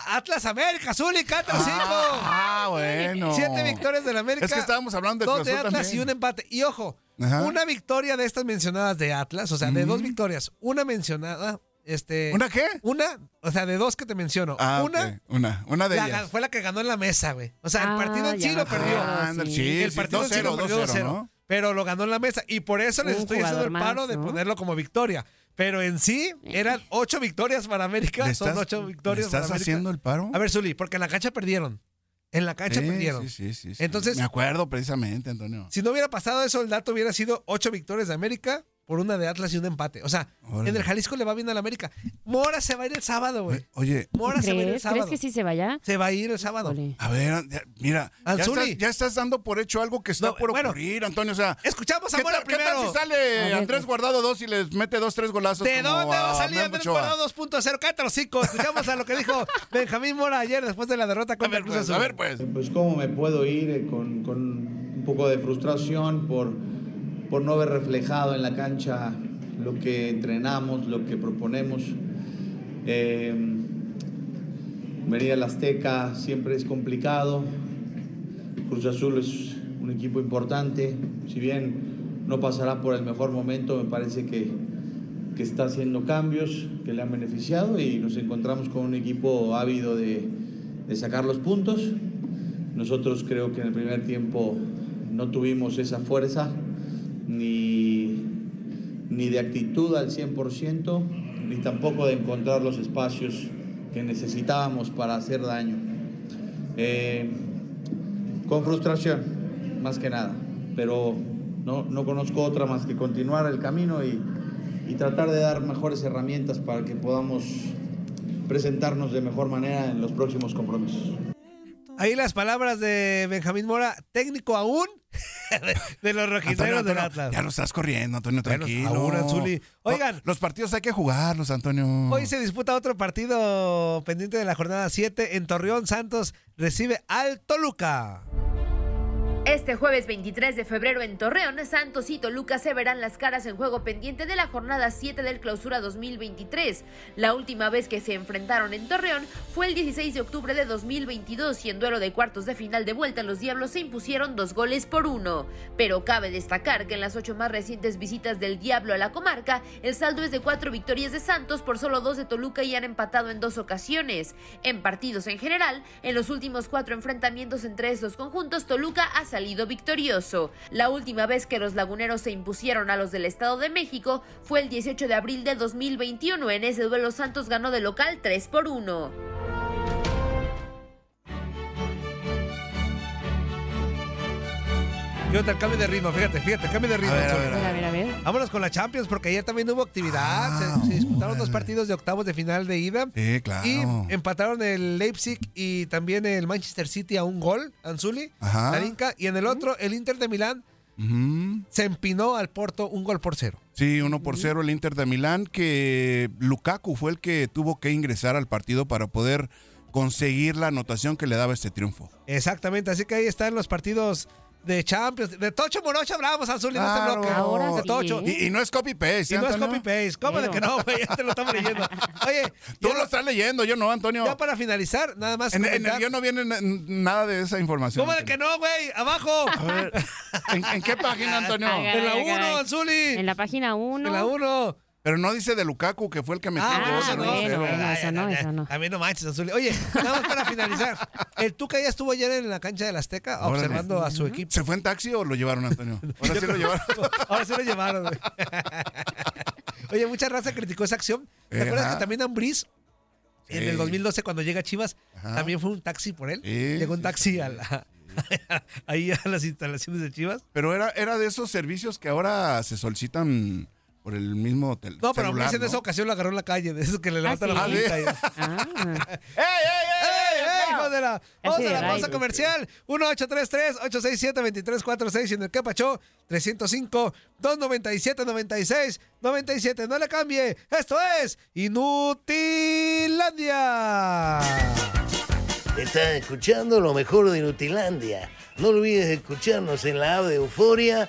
[SPEAKER 3] Atlas América, Zuli, canta cinco.
[SPEAKER 6] Ah, bueno.
[SPEAKER 3] Siete victorias del América.
[SPEAKER 6] Es que estábamos hablando de
[SPEAKER 3] dos
[SPEAKER 6] Cruz
[SPEAKER 3] de
[SPEAKER 6] Azul
[SPEAKER 3] Atlas
[SPEAKER 6] también.
[SPEAKER 3] y un empate. Y ojo,
[SPEAKER 6] Ajá.
[SPEAKER 3] una victoria de estas mencionadas de Atlas, o sea, de dos victorias, una mencionada, este,
[SPEAKER 6] ¿Una qué?
[SPEAKER 3] una, o sea, de dos que te menciono,
[SPEAKER 6] Ah,
[SPEAKER 3] una
[SPEAKER 6] ok, Una, una de
[SPEAKER 3] la-
[SPEAKER 6] ellas.
[SPEAKER 3] fue la que ganó en la mesa, güey. O sea,
[SPEAKER 5] Ah,
[SPEAKER 3] el partido en sí
[SPEAKER 5] ya.
[SPEAKER 3] lo perdió.
[SPEAKER 5] Ah,
[SPEAKER 6] ándale,
[SPEAKER 5] sí.
[SPEAKER 6] sí,
[SPEAKER 3] el
[SPEAKER 6] sí,
[SPEAKER 3] partido sí
[SPEAKER 6] 2-0,
[SPEAKER 3] lo perdió
[SPEAKER 6] 2-0,
[SPEAKER 3] 2-0,
[SPEAKER 6] ¿no?
[SPEAKER 3] pero lo ganó en la mesa y por eso les
[SPEAKER 5] Un
[SPEAKER 3] estoy haciendo el
[SPEAKER 5] jugador
[SPEAKER 3] paro
[SPEAKER 5] más,
[SPEAKER 3] de
[SPEAKER 5] ¿no?
[SPEAKER 3] ponerlo como victoria. Pero en sí,
[SPEAKER 5] Eh.
[SPEAKER 3] eran ocho victorias para América.
[SPEAKER 6] ¿Le
[SPEAKER 3] Son
[SPEAKER 6] estás-
[SPEAKER 3] ocho
[SPEAKER 6] le
[SPEAKER 3] victorias
[SPEAKER 6] estás
[SPEAKER 3] para América.
[SPEAKER 6] haciendo el paro?
[SPEAKER 3] A ver, Zuli, porque en la cancha perdieron. En la cancha
[SPEAKER 6] Sí,
[SPEAKER 3] perdieron.
[SPEAKER 6] sí, sí, sí, sí.
[SPEAKER 3] Entonces-
[SPEAKER 6] Me acuerdo precisamente, Antonio.
[SPEAKER 3] Si no hubiera pasado eso, el dato hubiera sido ocho victorias de América por una de Atlas y un empate. O sea,
[SPEAKER 6] Órale. Eh.
[SPEAKER 3] en el Jalisco le va bien a la América. Mora se va a ir el sábado, güey.
[SPEAKER 6] Oye,
[SPEAKER 3] Mora se va a ir el
[SPEAKER 5] ¿Crees?
[SPEAKER 3] sábado.
[SPEAKER 5] ¿Crees que sí se vaya?
[SPEAKER 3] Se va a ir el sábado.
[SPEAKER 5] Híjole.
[SPEAKER 6] a ver, ya- mira, ya
[SPEAKER 3] Anzuli.
[SPEAKER 6] estás, ya estás dando por hecho algo que está
[SPEAKER 3] No,
[SPEAKER 6] por
[SPEAKER 3] bueno.
[SPEAKER 6] ocurrir, Antonio. O sea,
[SPEAKER 3] Escuchamos a
[SPEAKER 6] ¿qué,
[SPEAKER 3] Mora
[SPEAKER 6] tal, qué
[SPEAKER 3] primero.
[SPEAKER 6] tal si sale
[SPEAKER 5] ver, pues.
[SPEAKER 6] Andrés Guardado dos y les mete dos, tres golazos?
[SPEAKER 3] ¿De
[SPEAKER 6] como
[SPEAKER 3] dónde va a
[SPEAKER 6] a
[SPEAKER 3] salir
[SPEAKER 6] Memo
[SPEAKER 3] Andrés
[SPEAKER 6] Ochoa?
[SPEAKER 3] Guardado 2.0? Cántalo, 5. Escuchamos a lo que dijo Benjamín Mora ayer después de la derrota
[SPEAKER 6] A
[SPEAKER 3] contra
[SPEAKER 6] ver,
[SPEAKER 3] Cruz
[SPEAKER 6] pues,
[SPEAKER 3] Azul.
[SPEAKER 6] a ver, pues.
[SPEAKER 9] Pues cómo me puedo ir eh, con, con un poco de frustración por, por no ver reflejado en la cancha lo que entrenamos, lo que proponemos. Eh, venir al Azteca siempre es complicado. Cruz Azul es un equipo importante. Si bien no pasará por el mejor momento, me parece que, que está haciendo cambios que le han beneficiado y nos encontramos con un equipo ávido de, de sacar los puntos. Nosotros creo que en el primer tiempo no tuvimos esa fuerza ni, ni de actitud al 100%, ni tampoco de encontrar los espacios que necesitábamos para hacer daño. Eh, con frustración, más que nada, pero no, no conozco otra más que continuar el camino y, y tratar de dar mejores herramientas para que podamos presentarnos de mejor manera en los próximos compromisos.
[SPEAKER 3] Ahí las palabras de Benjamín Mora, técnico aún de, de los
[SPEAKER 6] Antonio,
[SPEAKER 3] rojinegros del
[SPEAKER 6] Antonio,
[SPEAKER 3] Atlas.
[SPEAKER 6] Ya lo estás corriendo, Antonio,
[SPEAKER 3] Bueno,
[SPEAKER 6] tranquilo.
[SPEAKER 3] ahora, Anzuli. Oigan.
[SPEAKER 6] No, los partidos hay que jugarlos, Antonio.
[SPEAKER 3] Hoy se disputa otro partido pendiente de la jornada 7. En Torreón, Santos recibe al Toluca.
[SPEAKER 10] Este jueves 23 de febrero en Torreón, Santos y Toluca se verán las caras en juego pendiente de la jornada 7 del Clausura 2023. La última vez que se enfrentaron en Torreón fue el 16 de octubre de 2022 y en duelo de cuartos de final de vuelta los Diablos se impusieron dos goles por uno. Pero cabe destacar que en las ocho más recientes visitas del Diablo a la comarca, el saldo es de cuatro victorias de Santos por solo dos de Toluca y han empatado en dos ocasiones. En partidos en general, en los últimos cuatro enfrentamientos entre estos conjuntos, Toluca ha salido victorioso. La última vez que los laguneros se impusieron a los del Estado de México fue el 18 de abril de 2021. En ese duelo, Santos ganó de local 3 por 1.
[SPEAKER 3] Y otra, cambio de ritmo, fíjate, fíjate, cambio de ritmo.
[SPEAKER 6] A ver, a
[SPEAKER 3] Anzuli.
[SPEAKER 6] ver,
[SPEAKER 5] A ver, a ver, a ver.
[SPEAKER 3] Vámonos con la Champions porque ayer también hubo actividad.
[SPEAKER 6] Ah,
[SPEAKER 3] se, se disputaron dos
[SPEAKER 6] órale.
[SPEAKER 3] partidos de octavos de final de ida.
[SPEAKER 6] Sí, claro.
[SPEAKER 3] Y empataron el Leipzig y también el Manchester City a un gol, Anzuli,
[SPEAKER 6] Ajá.
[SPEAKER 3] Tarinka. Y en el otro, el Inter de Milán
[SPEAKER 6] Ujú.
[SPEAKER 3] se empinó al Porto un gol por cero.
[SPEAKER 6] Sí, 1 por 0 el Inter de Milán, que Lukaku fue el que tuvo que ingresar al partido para poder conseguir la anotación que le daba este triunfo.
[SPEAKER 3] Exactamente, así que ahí están los partidos de Champions. De Tocho Morocho hablábamos, Anzuli, en este
[SPEAKER 6] Claro.
[SPEAKER 3] bloque.
[SPEAKER 5] Ahora
[SPEAKER 3] de
[SPEAKER 5] sí.
[SPEAKER 3] Tocho. Y-
[SPEAKER 6] Y, y no es copy-paste.
[SPEAKER 3] Y
[SPEAKER 6] ¿eh,
[SPEAKER 3] no es
[SPEAKER 6] Antonio?
[SPEAKER 3] copy-paste. ¿Cómo de que no, güey? Ya te lo estamos leyendo. Oye,
[SPEAKER 6] Tú
[SPEAKER 3] ya,
[SPEAKER 6] lo estás leyendo, yo no, Antonio.
[SPEAKER 3] ya para finalizar, nada más.
[SPEAKER 6] en, en el
[SPEAKER 3] comentar-
[SPEAKER 6] guión no viene na- nada de esa información.
[SPEAKER 3] ¿Cómo de que no, güey? Abajo.
[SPEAKER 6] ¿En, en qué página, Antonio?
[SPEAKER 5] Ah, caray,
[SPEAKER 3] En la
[SPEAKER 5] caray.
[SPEAKER 3] 1, Anzuli.
[SPEAKER 5] En la página 1.
[SPEAKER 3] En la 1.
[SPEAKER 6] Pero no dice de Lukaku, que fue el que metió
[SPEAKER 3] Ah,
[SPEAKER 6] el gol,
[SPEAKER 3] bueno,
[SPEAKER 6] ¿no?
[SPEAKER 5] bueno,
[SPEAKER 6] Pero-
[SPEAKER 5] bueno, eso no, eso no.
[SPEAKER 3] A mí no manches, Anzuli. Oye, nada más para finalizar. El Tuca ya estuvo ayer en la cancha del Azteca
[SPEAKER 6] Órale.
[SPEAKER 3] observando a su equipo.
[SPEAKER 6] ¿Se fue en taxi o lo llevaron, Antonio? Ahora sí lo llevaron.
[SPEAKER 3] Ahora sí lo llevaron, güey. Oye, mucha raza criticó esa acción. ¿Te
[SPEAKER 6] Eh,
[SPEAKER 3] acuerdas
[SPEAKER 6] ajá.
[SPEAKER 3] que también Ambriz, en
[SPEAKER 6] Sí.
[SPEAKER 3] el 2012, cuando llega a Chivas,
[SPEAKER 6] Ajá.
[SPEAKER 3] también fue un taxi por él?
[SPEAKER 6] Sí,
[SPEAKER 3] Llegó un
[SPEAKER 6] sí,
[SPEAKER 3] taxi a la- ahí a las instalaciones de Chivas.
[SPEAKER 6] Pero era, era de esos servicios que ahora se solicitan por el mismo hotel.
[SPEAKER 3] No, pero
[SPEAKER 6] celular,
[SPEAKER 3] Ambriz en
[SPEAKER 6] ¿no?
[SPEAKER 3] esa ocasión lo agarró en la calle, de esos que le levanta
[SPEAKER 5] sí.
[SPEAKER 3] la
[SPEAKER 5] Ah, ¿sí?
[SPEAKER 3] manita. y-
[SPEAKER 5] Ah,
[SPEAKER 6] ¡Ey, ey,
[SPEAKER 3] ¡Ey,
[SPEAKER 6] ey!
[SPEAKER 3] ey,
[SPEAKER 6] acá!
[SPEAKER 3] hijos de la! Vamos
[SPEAKER 5] Así
[SPEAKER 3] a la
[SPEAKER 5] de
[SPEAKER 3] pausa
[SPEAKER 5] right.
[SPEAKER 3] comercial. 1833-867-2346 y en el Capachó 305-297-96-97. No le cambie. Esto es Inutilandia.
[SPEAKER 2] Estás escuchando lo mejor de Nutilandia. No olvides escucharnos en la app de Euforia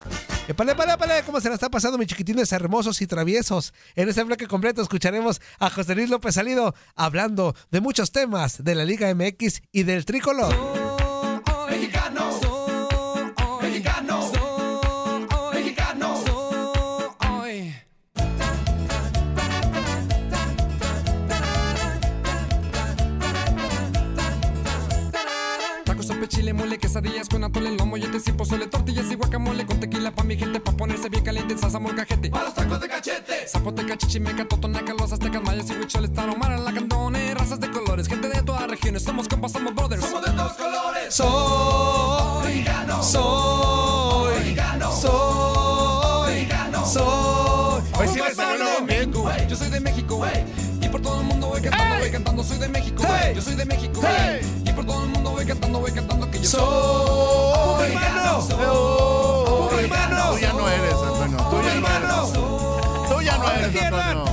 [SPEAKER 3] Epale, epale, epale, ¿cómo se la está pasando, mis chiquitines hermosos y traviesos? En este bloque completo escucharemos a José Luis López Salido hablando de muchos temas de la Liga MX y del tricolor.
[SPEAKER 4] Mexicano, soy mexicano, soy mexicano, soy.
[SPEAKER 11] Tacos, sope, chile, mole, quesadillas con atole, lomo, yetes y pozole, tortillas y guacamole con tequila pa' mi gente, pa' ponerse bien caliente, salsa molcajete. Pa' los tacos de cachete. Zapoteca, chichimeca, totonaca, los aztecas, mayas y huicholes, taromara, lacandone, razas de colores, gente de todas regiones, somos compas, somos brothers. Somos de todos colores.
[SPEAKER 4] Soy mexicano, soy mexicano, soy mexicano, soy.
[SPEAKER 11] Hoy sí me salió lo México. Yo soy de México. Y por todo el mundo voy cantando, voy cantando, soy de México. Yo soy de México. Y por todo el mundo voy cantando, voy cantando que yo soy mexicano. Soy
[SPEAKER 6] Tú ya no eres, Antonio. Tú ya no eres. Tú ya no eres, Antonio.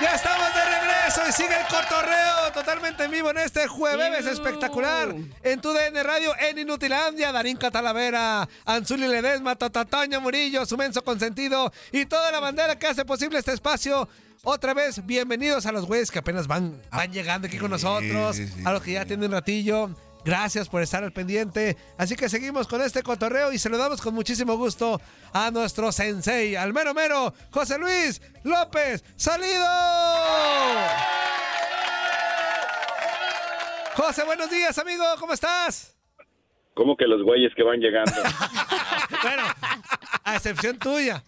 [SPEAKER 3] Ya estamos de regreso y sigue el cotorreo totalmente en vivo en este jueves espectacular en tu DN Radio en Inutilandia, Darín Catalavera, Anzuli Ledesma, Tatataña Murillo, su menso consentido y toda la bandera que hace posible este espacio. Otra vez, bienvenidos a los güeyes que apenas van, van llegando aquí con nosotros,
[SPEAKER 6] sí, sí,
[SPEAKER 3] a los que ya tienen ratillo. Gracias por estar al pendiente. Así que seguimos con este cotorreo y saludamos con muchísimo gusto a nuestro sensei, al mero mero, José Luis López Salido. José, buenos días, amigo. ¿Cómo estás?
[SPEAKER 12] ¿Cómo que los güeyes que van llegando?
[SPEAKER 3] Bueno, a excepción tuya.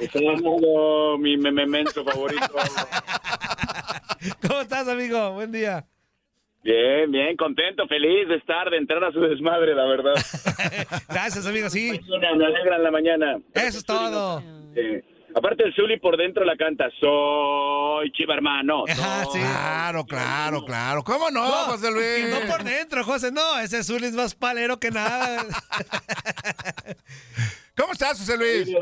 [SPEAKER 12] Estoy hablando mi me- memento favorito.
[SPEAKER 3] ¿Cómo estás, amigo? Buen día.
[SPEAKER 12] Bien, bien, contento, feliz de estar, de entrar a su desmadre, la verdad.
[SPEAKER 3] Gracias, amigo, sí.
[SPEAKER 12] Me alegran la mañana.
[SPEAKER 3] Eso es todo.
[SPEAKER 12] Eh, aparte, el Zuli por dentro la canta. Soy chiva hermano. soy-
[SPEAKER 6] Claro, claro, claro. ¿Cómo no, José Luis?
[SPEAKER 3] No por dentro, José, no. Ese Zul es más palero que nada.
[SPEAKER 6] ¿Cómo estás, José Luis?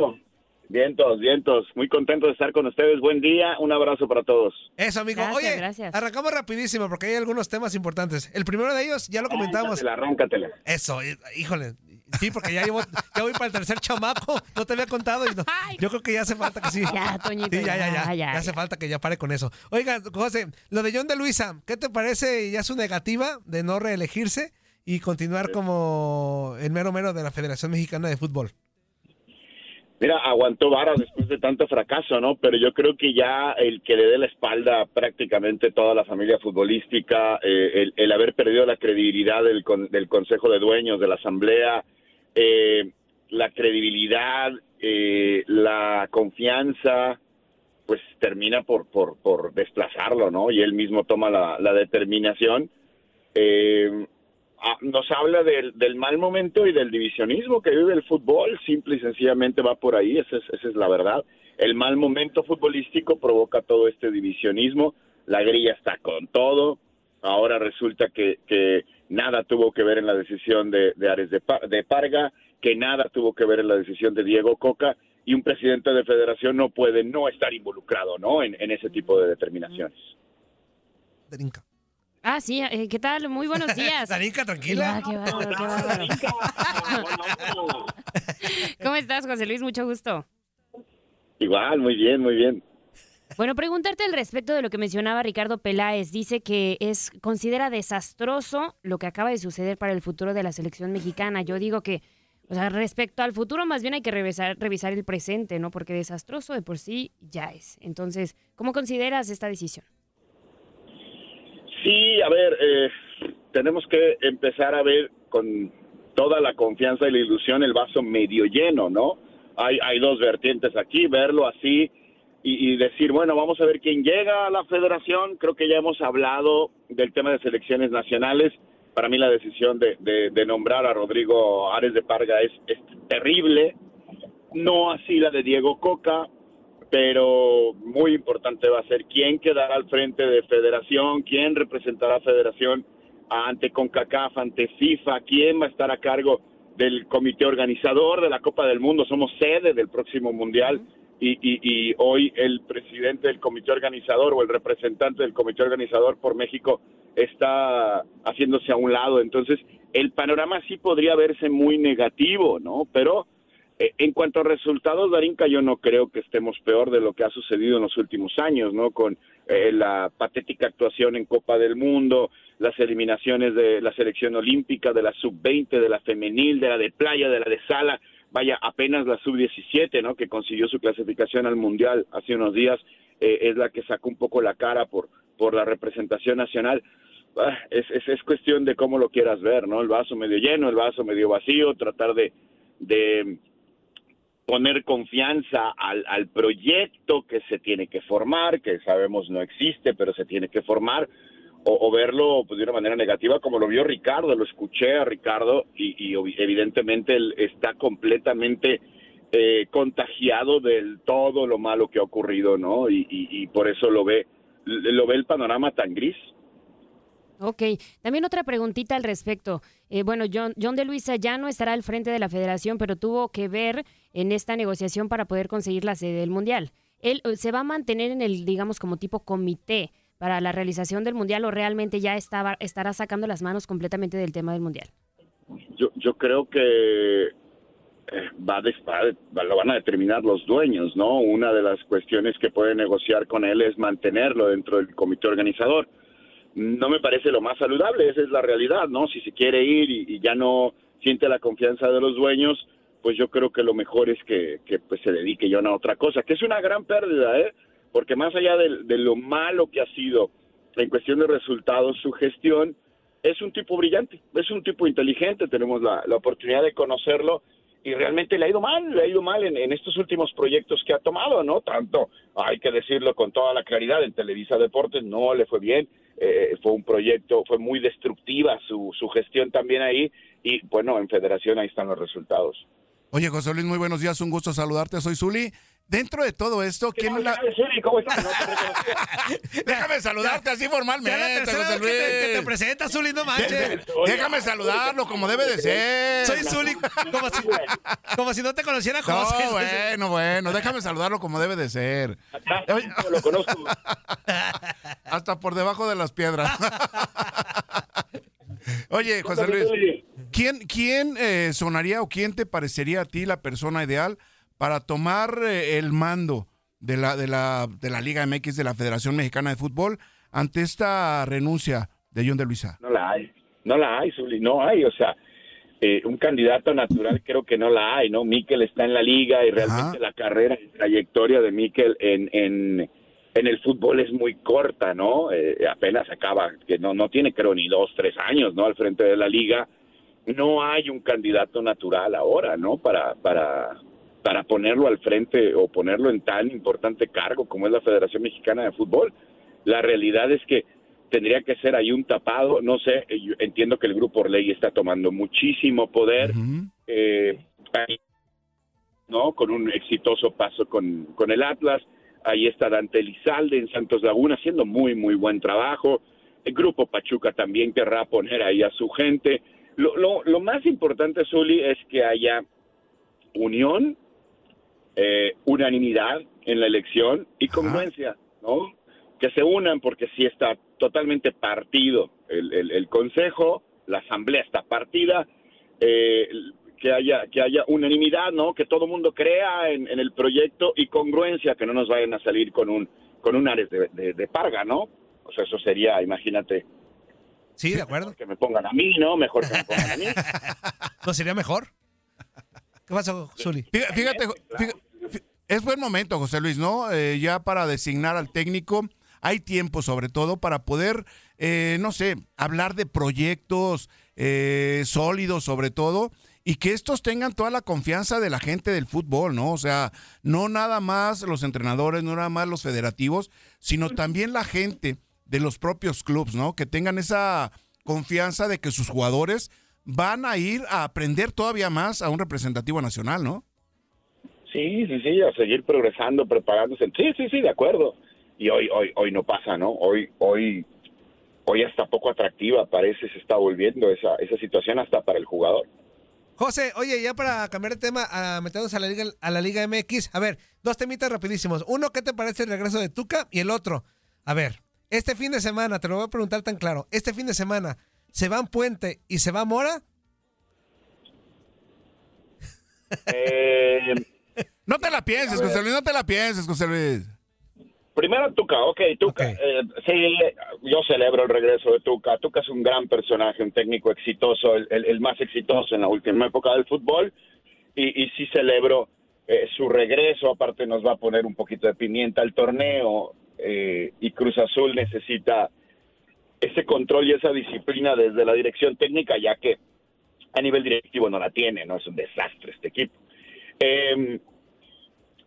[SPEAKER 12] Vientos, vientos. Muy contento de estar con ustedes. Buen día. Un abrazo para todos.
[SPEAKER 3] Eso, amigo.
[SPEAKER 5] Gracias,
[SPEAKER 3] Oye,
[SPEAKER 5] gracias.
[SPEAKER 3] arrancamos rapidísimo porque hay algunos temas importantes. El primero de ellos, ya lo comentamos.
[SPEAKER 12] Arráncatela, arráncatela.
[SPEAKER 3] Eso, hí- híjole. Sí, porque ya, llevo- ya voy para el tercer chamaco. No te había contado. y no- yo creo que ya hace falta que sí.
[SPEAKER 5] Ya, Toñito,
[SPEAKER 3] Sí, ya, ya, ya.
[SPEAKER 5] ya, ya,
[SPEAKER 3] Ya hace falta que ya pare con eso. Oiga, José, lo de John de Luisa, ¿qué te parece ya su negativa de no reelegirse y continuar como el mero mero de la Federación Mexicana de Fútbol?
[SPEAKER 12] Mira, aguantó varas después de tanto fracaso, ¿no? Pero yo creo que ya el que le dé la espalda a prácticamente toda la familia futbolística, eh, el, el haber perdido la credibilidad del, con- del Consejo de Dueños, de la Asamblea, eh, la credibilidad, eh, la confianza, pues termina por, por, por desplazarlo, ¿no? Y él mismo toma la, la determinación. Eh, ah, nos habla del, del mal momento y del divisionismo que vive el fútbol, simple y sencillamente va por ahí, esa es, esa es la verdad. El mal momento futbolístico provoca todo este divisionismo, la grilla está con todo, ahora resulta que, que nada tuvo que ver en la decisión de, de Ares de, Pa- de Parga, que nada tuvo que ver en la decisión de Diego Coca, y un presidente de federación no puede no estar involucrado ¿no? en, en ese tipo de determinaciones.
[SPEAKER 5] Ah, sí, eh, ¿qué tal? Muy buenos días.
[SPEAKER 3] Darinka, tranquila.
[SPEAKER 5] Ah, qué bárbaro, qué bárbaro. ¿Cómo estás, José Luis? Mucho gusto.
[SPEAKER 12] Igual, muy bien, muy bien.
[SPEAKER 5] Bueno, preguntarte al respecto de lo que mencionaba Ricardo Peláez. Dice que es considera desastroso lo que acaba de suceder para el futuro de la selección mexicana. Yo digo que, o sea, respecto al futuro, más bien hay que revisar, revisar el presente, ¿no? Porque desastroso de por sí ya es. Entonces, ¿cómo consideras esta decisión?
[SPEAKER 12] Sí, a ver, eh, tenemos que empezar a ver con toda la confianza y la ilusión el vaso medio lleno, ¿no? Hay, hay dos vertientes aquí, verlo así y, y decir, bueno, vamos a ver quién llega a la federación. Creo que ya hemos hablado del tema de selecciones nacionales. para mí la decisión de, de- de nombrar a Rodrigo Ares de Parga es, es terrible, no así la de Diego Coca, pero muy importante va a ser quién quedará al frente de Federación, quién representará a Federación ante CONCACAF, ante FIFA, quién va a estar a cargo del comité organizador de la Copa del Mundo, somos sede del próximo Mundial y, y- y hoy el presidente del comité organizador o el representante del comité organizador por México está haciéndose a un lado, entonces el panorama sí podría verse muy negativo, ¿no? Pero eh, En cuanto a resultados, Darinka, yo no creo que estemos peor de lo que ha sucedido en los últimos años, ¿no? Con eh, la patética actuación en Copa del Mundo, las eliminaciones de la selección olímpica, de la sub-20, de la femenil, de la de playa, de la de sala, vaya, apenas la sub-17, ¿no? Que consiguió su clasificación al Mundial hace unos días, eh, es la que sacó un poco la cara por, por la representación nacional. Ah, es, es, es cuestión de cómo lo quieras ver, ¿no? El vaso medio lleno, el vaso medio vacío, tratar de- de poner confianza al, al proyecto que se tiene que formar, que sabemos no existe, pero se tiene que formar, o, o verlo pues, de una manera negativa, como lo vio Ricardo, lo escuché a Ricardo, y, y obvi- evidentemente él está completamente eh, contagiado del todo lo malo que ha ocurrido, ¿no? Y, y- y por eso lo ve, lo ve el panorama tan gris.
[SPEAKER 5] Ok, también otra preguntita al respecto. Eh, bueno, John, John de Luisa ya no estará al frente de la federación, pero tuvo que ver en esta negociación para poder conseguir la sede del Mundial. ¿Él eh, se va a mantener en el, digamos, como tipo comité para la realización del Mundial o realmente ya estaba, estará sacando las manos completamente del tema del Mundial?
[SPEAKER 12] Yo, yo creo que eh, va a des- va a- va- lo van a determinar los dueños, ¿no? Una de las cuestiones que puede negociar con él es mantenerlo dentro del comité organizador. No me parece lo más saludable, esa es la realidad, ¿no? Si se quiere ir y, y ya no siente la confianza de los dueños, pues yo creo que lo mejor es que, que, pues, se dedique yo a otra cosa, que es una gran pérdida, ¿eh? Porque más allá de, de lo malo que ha sido en cuestión de resultados su gestión, es un tipo brillante, es un tipo inteligente, tenemos la, la oportunidad de conocerlo y realmente le ha ido mal, le ha ido mal en, en estos últimos proyectos que ha tomado, ¿no? Tanto, hay que decirlo con toda la claridad, en Televisa Deportes no le fue bien, eh, fue un proyecto, fue muy destructiva su, su gestión también ahí y bueno, en Federación ahí están los resultados.
[SPEAKER 6] Oye, José Luis, muy buenos días, un gusto saludarte, soy Zuli. Dentro de todo esto, ¿quién es la...
[SPEAKER 12] ¿Cómo estás?
[SPEAKER 6] Déjame saludarte así formalmente,
[SPEAKER 3] Ya la tercera
[SPEAKER 6] José
[SPEAKER 3] vez que te-
[SPEAKER 6] Luis.
[SPEAKER 3] que te presentas, Zuli, no manches.
[SPEAKER 6] De- de- Déjame saludarlo como debe de ser.
[SPEAKER 3] Soy Zuli, como si, como si no te conociera José.
[SPEAKER 6] No, bueno, bueno, déjame saludarlo como debe de ser.
[SPEAKER 12] Lo conozco.
[SPEAKER 6] Hasta por debajo de las piedras. Oye, José Luis, ¿quién, quién eh, sonaría o quién te parecería a ti la persona ideal para tomar eh, el mando de la, de, la, de la Liga MX de la Federación Mexicana de Fútbol ante esta renuncia de John de Luisa?
[SPEAKER 12] No la hay, no la hay, Zuli, no hay, o sea, eh, un candidato natural creo que no la hay, ¿no? Miquel está en la liga y realmente la carrera y trayectoria de Miquel en, en, en el fútbol es muy corta, ¿no? Eh, apenas acaba, que no, no tiene creo ni dos, tres años, ¿no? Al frente de la liga, no hay un candidato natural ahora, ¿no? Para, para, para ponerlo al frente o ponerlo en tan importante cargo como es la Federación Mexicana de Fútbol. La realidad es que tendría que ser ahí un tapado, no sé, eh, yo entiendo que el grupo Orley está tomando muchísimo poder, eh, ahí, ¿no? Con un exitoso paso con, con el Atlas, ahí está Dante Elizalde en Santos Laguna haciendo muy, muy buen trabajo, el grupo Pachuca también querrá poner ahí a su gente. Lo, lo, lo más importante, Zuli, es que haya unión, eh, unanimidad en la elección y congruencia, ¿no? que se unan porque sí está totalmente partido el, el- el consejo, la asamblea está partida, eh, el- que haya que haya unanimidad, ¿no? Que todo mundo crea en, en el proyecto y congruencia, que no nos vayan a salir con un con un Ares de, de- de parga, ¿no? O sea, eso sería, imagínate.
[SPEAKER 3] Sí, de acuerdo.
[SPEAKER 12] Que me pongan a mí, ¿no? Mejor que me pongan a mí.
[SPEAKER 3] ¿No sería mejor? ¿Qué pasó, Zuli?
[SPEAKER 6] Fíjate, fíjate, fí- es buen momento, José Luis, ¿no? Eh, ya para designar al técnico. Hay tiempo, sobre todo, para poder, eh, no sé, hablar de proyectos eh, sólidos, sobre todo, y que estos tengan toda la confianza de la gente del fútbol, ¿no? O sea, no nada más los entrenadores, no nada más los federativos, sino también la gente de los propios clubes, ¿no? Que tengan esa confianza de que sus jugadores van a ir a aprender todavía más a un representativo nacional, ¿no?
[SPEAKER 12] Sí, sí, sí, a seguir progresando, preparándose. Sí, sí, sí, de acuerdo. Y hoy, hoy, hoy no pasa, ¿no? Hoy, hoy, hoy hasta poco atractiva parece se está volviendo esa, esa situación hasta para el jugador.
[SPEAKER 3] José, oye, ya para cambiar de tema, a meternos a la, Liga, a la Liga MX, a ver, dos temitas rapidísimos. Uno, ¿qué te parece el regreso de Tuca? Y el otro, a ver, este fin de semana, te lo voy a preguntar tan claro, este fin de semana, ¿se van Puente y se va Mora?
[SPEAKER 12] Eh,
[SPEAKER 6] No te la pienses,
[SPEAKER 12] A ver.
[SPEAKER 6] José Luis, no te la pienses, José Luis.
[SPEAKER 12] Primero Tuca, ok, Tuca. eh, sí, yo celebro el regreso de Tuca. Tuca es un gran personaje, un técnico exitoso, el, el- el más exitoso en la última época del fútbol. Y, y sí celebro eh, su regreso, aparte nos va a poner un poquito de pimienta al torneo. eh, y Cruz Azul necesita ese control y esa disciplina desde la dirección técnica, ya que a nivel directivo no la tiene, ¿no? Es un desastre este equipo. Em,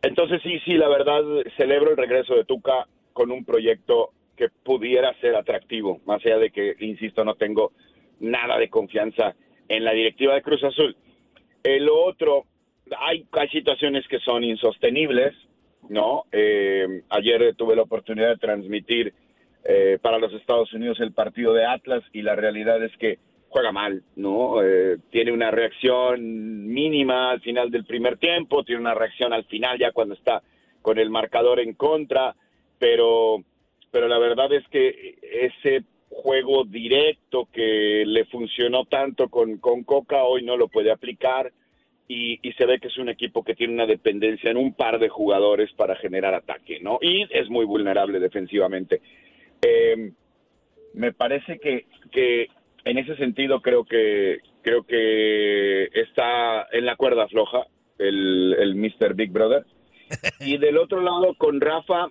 [SPEAKER 12] entonces sí, sí, la verdad celebro el regreso de Tuca con un proyecto que pudiera ser atractivo, más allá de que, insisto, no tengo nada de confianza en la directiva de Cruz Azul. El otro, hay, hay situaciones que son insostenibles, ¿no? Eh, ayer tuve la oportunidad de transmitir eh, para los Estados Unidos el partido de Atlas y la realidad es que juega mal, ¿no? Eh, tiene una reacción mínima al final del primer tiempo, tiene una reacción al final ya cuando está con el marcador en contra, pero, pero la verdad es que ese juego directo que le funcionó tanto con, con Coca hoy no lo puede aplicar y, y se ve que es un equipo que tiene una dependencia en un par de jugadores para generar ataque, ¿no? Y es muy vulnerable defensivamente. Eh, me parece que, que en ese sentido creo que creo que está en la cuerda floja el, el Mr. Big Brother. Y del otro lado, con Rafa,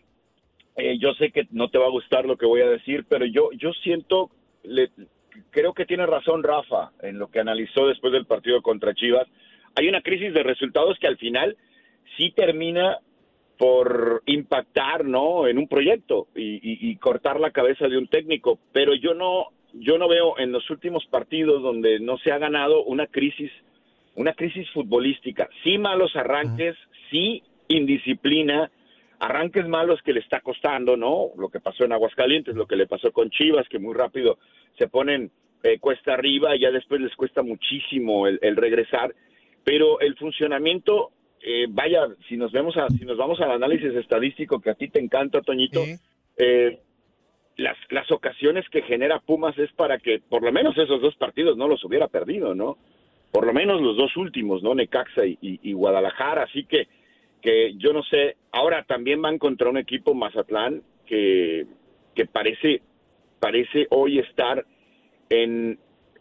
[SPEAKER 12] eh, yo sé que no te va a gustar lo que voy a decir, pero yo, yo siento, le- creo que tiene razón Rafa en lo que analizó después del partido contra Chivas. Hay una crisis de resultados que al final sí termina por impactar, ¿no? En un proyecto y, y- y cortar la cabeza de un técnico, pero yo no, yo no veo en los últimos partidos donde no se ha ganado una crisis, una crisis futbolística. Sí malos arranques, sí indisciplina, arranques malos que le está costando, ¿no? Lo que pasó en Aguascalientes, lo que le pasó con Chivas, que muy rápido se ponen eh, cuesta arriba y ya después les cuesta muchísimo el, el regresar. Pero el funcionamiento, eh, vaya, si nos vemos a, si nos vamos al análisis estadístico que a ti te encanta, Toñito, eh, las, las ocasiones que genera Pumas es para que por lo menos esos dos partidos no los hubiera perdido, ¿no? Por lo menos los dos últimos, ¿no? Necaxa y, y- y Guadalajara. Así que, que yo no sé, ahora también van contra un equipo Mazatlán que, que parece, parece hoy estar en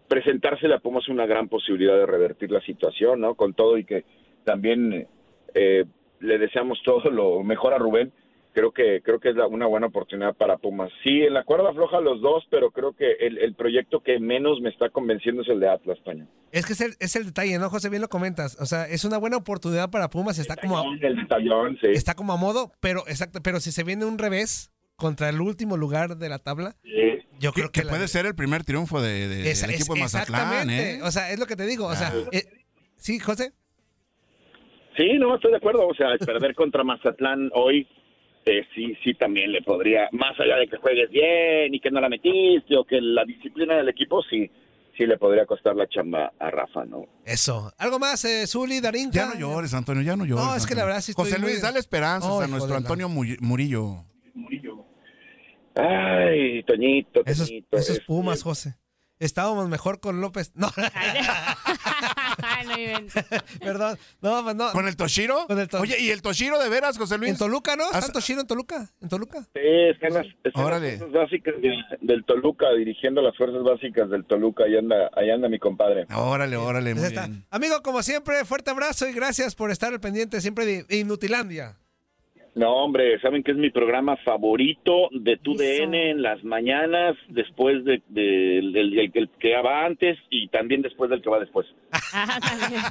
[SPEAKER 12] presentársela a Pumas una gran posibilidad de revertir la situación, ¿no? Con todo y que también eh, le deseamos todo lo mejor a Rubén creo que creo que es la- una buena oportunidad para Pumas. Sí, en la cuerda floja los dos, pero creo que el, el proyecto que menos me está convenciendo es el de Atlas, Toño.
[SPEAKER 3] Es que es el, es el detalle, ¿no, José? Bien lo comentas. O sea, es una buena oportunidad para Pumas. Está como a,
[SPEAKER 12] El detallón, sí.
[SPEAKER 3] está como a modo, pero exacto. Pero si se viene un revés contra el último lugar de la tabla, yo
[SPEAKER 6] creo que, puede ser Eh, el primer triunfo de, de-
[SPEAKER 3] Esa-
[SPEAKER 6] del
[SPEAKER 3] es-
[SPEAKER 6] equipo de Mazatlán,
[SPEAKER 3] exactamente.
[SPEAKER 6] ¿eh?
[SPEAKER 3] O sea, es lo que te digo. O sea,
[SPEAKER 6] Claro.
[SPEAKER 3] eh, sí, José.
[SPEAKER 12] Sí, no, estoy de acuerdo. O sea, el perder contra Mazatlán hoy, eh, sí, sí, también le podría, más allá de que juegues bien y que no la metiste o que la disciplina del equipo, sí, sí le podría costar la chamba a Rafa, ¿no?
[SPEAKER 3] Eso. ¿Algo más, eh, Zuli, Darinka?
[SPEAKER 6] Ya no llores, Antonio, ya no llores.
[SPEAKER 3] No, es que
[SPEAKER 6] Antonio.
[SPEAKER 3] la verdad sí estoy
[SPEAKER 6] José Luis,
[SPEAKER 3] muy-
[SPEAKER 6] dale esperanzas
[SPEAKER 3] Oh,
[SPEAKER 6] a
[SPEAKER 3] hijo
[SPEAKER 6] nuestro
[SPEAKER 3] de la-
[SPEAKER 6] Antonio Mu- Murillo.
[SPEAKER 12] Ay, Toñito,
[SPEAKER 3] Esos,
[SPEAKER 12] Toñito. este.
[SPEAKER 3] esos
[SPEAKER 12] es-
[SPEAKER 3] Pumas, José. Estábamos mejor con López. No.
[SPEAKER 5] no inventes.
[SPEAKER 3] Perdón. No, pues no.
[SPEAKER 6] ¿Con el Toshiro?
[SPEAKER 3] Con el Toshiro.
[SPEAKER 6] Oye, ¿y el Toshiro de veras, José Luis?
[SPEAKER 3] En Toluca, ¿no?
[SPEAKER 6] Has-
[SPEAKER 3] ¿Está Toshiro en Toluca? ¿En Toluca?
[SPEAKER 12] Sí, está en las, está en las
[SPEAKER 6] Órale.
[SPEAKER 12] fuerzas básicas de- del Toluca, dirigiendo las fuerzas básicas del Toluca. Ahí anda, ahí anda mi compadre.
[SPEAKER 6] Órale, órale, muy
[SPEAKER 3] Pues está.
[SPEAKER 6] bien.
[SPEAKER 3] Amigo, como siempre, fuerte abrazo y gracias por estar al pendiente siempre de Inutilandia.
[SPEAKER 12] No, hombre, saben que es mi programa favorito de tu
[SPEAKER 5] Eso.
[SPEAKER 12] DN en las mañanas, después de- de- del del- del que va antes y también después del que va después.
[SPEAKER 5] Ah, también.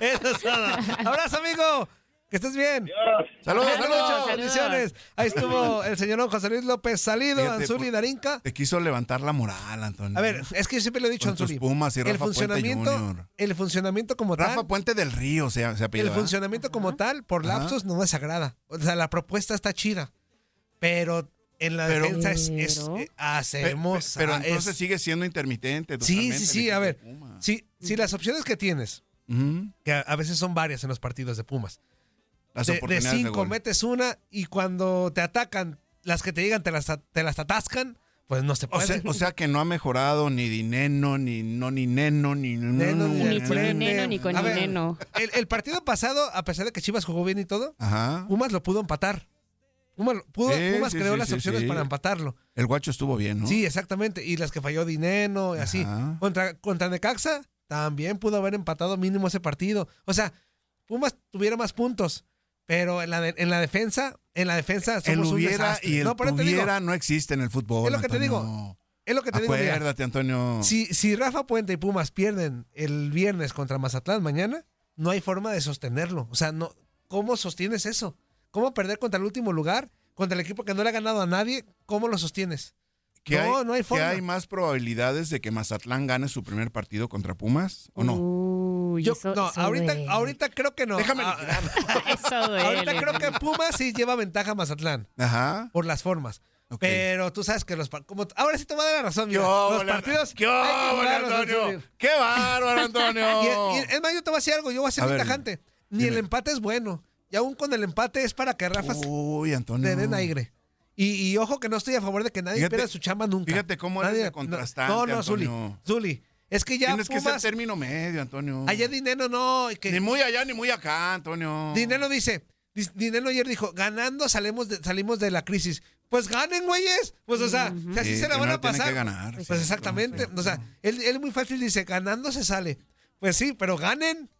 [SPEAKER 3] Eso es todo. Abrazo, amigo. que estés bien.
[SPEAKER 6] Saludos, saludos.
[SPEAKER 3] Lucho, Bendiciones. Ahí estuvo el señor José Luis López Salido,
[SPEAKER 6] Fíjate,
[SPEAKER 3] Anzuli
[SPEAKER 6] pues,
[SPEAKER 3] Darinka.
[SPEAKER 6] Te quiso levantar la moral, Antonio.
[SPEAKER 3] A ver, es que yo siempre le he dicho a
[SPEAKER 6] Con tus
[SPEAKER 3] Anzuli.
[SPEAKER 6] Pumas y
[SPEAKER 3] el
[SPEAKER 6] Rafa Puente
[SPEAKER 3] funcionamiento,
[SPEAKER 6] Jr..
[SPEAKER 3] el funcionamiento como
[SPEAKER 6] Rafa
[SPEAKER 3] tal.
[SPEAKER 6] Puente del Río se, se apellida, ¿eh?
[SPEAKER 3] El
[SPEAKER 6] ¿verdad?
[SPEAKER 3] funcionamiento como tal, por
[SPEAKER 6] Ajá.
[SPEAKER 3] lapsos, no me agrada. O sea, la propuesta está chida. Pero en la
[SPEAKER 6] Pero-
[SPEAKER 3] defensa es, es-
[SPEAKER 6] Pero-
[SPEAKER 3] eh, hacemos.
[SPEAKER 6] Pe- pe- Pero
[SPEAKER 3] ah,
[SPEAKER 6] entonces
[SPEAKER 3] es-
[SPEAKER 6] sigue siendo intermitente.
[SPEAKER 3] Sí,
[SPEAKER 6] totalmente,
[SPEAKER 3] sí,
[SPEAKER 6] el
[SPEAKER 3] sí.
[SPEAKER 6] equipo
[SPEAKER 3] A ver,
[SPEAKER 6] Puma.
[SPEAKER 3] si, si las opciones que tienes, que a- a veces son varias en los partidos de Pumas,
[SPEAKER 6] Las
[SPEAKER 3] de, de
[SPEAKER 6] oportunidades de
[SPEAKER 3] cinco
[SPEAKER 6] gol.
[SPEAKER 3] metes una y cuando te atacan, las que te llegan te las, te las atascan, pues no se
[SPEAKER 6] O
[SPEAKER 3] puede.
[SPEAKER 6] sea, o sea que no ha mejorado ni dinero, ni no, ni neno, ni no,
[SPEAKER 3] Neno,
[SPEAKER 6] no,
[SPEAKER 3] ni
[SPEAKER 6] no,
[SPEAKER 3] del
[SPEAKER 6] no.
[SPEAKER 3] frente.
[SPEAKER 5] Neno, ni con
[SPEAKER 3] A ver,
[SPEAKER 5] Neno.
[SPEAKER 3] El, el partido pasado, a pesar de que Chivas jugó bien y todo,
[SPEAKER 6] Ajá.
[SPEAKER 3] Pumas lo pudo empatar. Pumas, lo- pudo-
[SPEAKER 6] Sí,
[SPEAKER 3] Pumas
[SPEAKER 6] sí,
[SPEAKER 3] creó
[SPEAKER 6] sí,
[SPEAKER 3] las
[SPEAKER 6] sí,
[SPEAKER 3] opciones
[SPEAKER 6] sí.
[SPEAKER 3] para empatarlo.
[SPEAKER 6] El guacho estuvo bien, ¿no?
[SPEAKER 3] Sí, exactamente. Y las que falló Dineno y así.
[SPEAKER 6] Ajá.
[SPEAKER 3] Contra, contra Necaxa también pudo haber empatado mínimo ese partido. O sea, Pumas tuviera más puntos. Pero en la, de- en la defensa, en la defensa
[SPEAKER 6] El
[SPEAKER 3] somos un
[SPEAKER 6] hubiera
[SPEAKER 3] desastre.
[SPEAKER 6] y el
[SPEAKER 3] No, por eso te digo,
[SPEAKER 6] tuviera no existe en el fútbol.
[SPEAKER 3] es lo que te
[SPEAKER 6] Antonio.
[SPEAKER 3] digo. Es lo que te digo. mira.
[SPEAKER 6] Acuérdate, Antonio.
[SPEAKER 3] Si, si Rafa Puente y Pumas pierden el viernes contra Mazatlán mañana, no hay forma de sostenerlo. O sea, no, ¿cómo sostienes eso? ¿Cómo perder contra el último lugar? Contra el equipo que no le ha ganado a nadie, ¿cómo lo sostienes?
[SPEAKER 6] ¿Que
[SPEAKER 3] no,
[SPEAKER 6] hay,
[SPEAKER 3] no hay
[SPEAKER 6] que
[SPEAKER 3] forma.
[SPEAKER 6] hay más probabilidades de que Mazatlán gane su primer partido contra Pumas o no?
[SPEAKER 3] Yo- no, ahorita, ahorita creo que no.
[SPEAKER 6] Déjame
[SPEAKER 3] Ah, ahorita creo que Pumas sí lleva ventaja a Mazatlán.
[SPEAKER 6] Ajá.
[SPEAKER 3] Por las formas. Pero tú sabes que los par- como ahora sí te voy a dar la razón, mira,
[SPEAKER 6] ¿Qué
[SPEAKER 3] los
[SPEAKER 6] óvole,
[SPEAKER 3] partidos
[SPEAKER 6] qué
[SPEAKER 3] hay que
[SPEAKER 6] óvole,
[SPEAKER 3] jugarlos,
[SPEAKER 6] Antonio?
[SPEAKER 3] Antonio.
[SPEAKER 6] ¡Qué bárbaro, Antonio!
[SPEAKER 3] Y- y- es más, yo te voy a decir algo, yo voy a ser
[SPEAKER 6] A
[SPEAKER 3] muy
[SPEAKER 6] ver,
[SPEAKER 3] tajante. Ni el empate es bueno. Y aún con el empate es para que Rafa se-
[SPEAKER 6] Uy, Antonio.
[SPEAKER 3] le den aire. Y, y ojo que no estoy a favor de que nadie
[SPEAKER 6] Fíjate-
[SPEAKER 3] pierda su chamba nunca.
[SPEAKER 6] fíjate cómo eres
[SPEAKER 3] Nadie-
[SPEAKER 6] de contrastante,
[SPEAKER 3] No, no, Zuli.
[SPEAKER 6] Antonio.
[SPEAKER 3] Zuli. Es que ya
[SPEAKER 6] Tienes que
[SPEAKER 3] Pumas,
[SPEAKER 6] ser término medio, Antonio.
[SPEAKER 3] allá Dinero no. y que-
[SPEAKER 6] Mm. Ni muy allá ni muy acá, Antonio.
[SPEAKER 3] Dinero dice, dis- Dinero ayer dijo, ganando salemos de, salimos de la crisis. Pues ganen, güeyes. Pues, o sea, si así
[SPEAKER 6] Sí,
[SPEAKER 3] se la van
[SPEAKER 6] primero
[SPEAKER 3] a
[SPEAKER 6] tiene
[SPEAKER 3] pasar.
[SPEAKER 6] que ganar,
[SPEAKER 3] pues
[SPEAKER 6] cierto,
[SPEAKER 3] exactamente.
[SPEAKER 6] cierto.
[SPEAKER 3] O sea, él, él muy fácil dice, ganando se sale. Pues sí, pero ganen.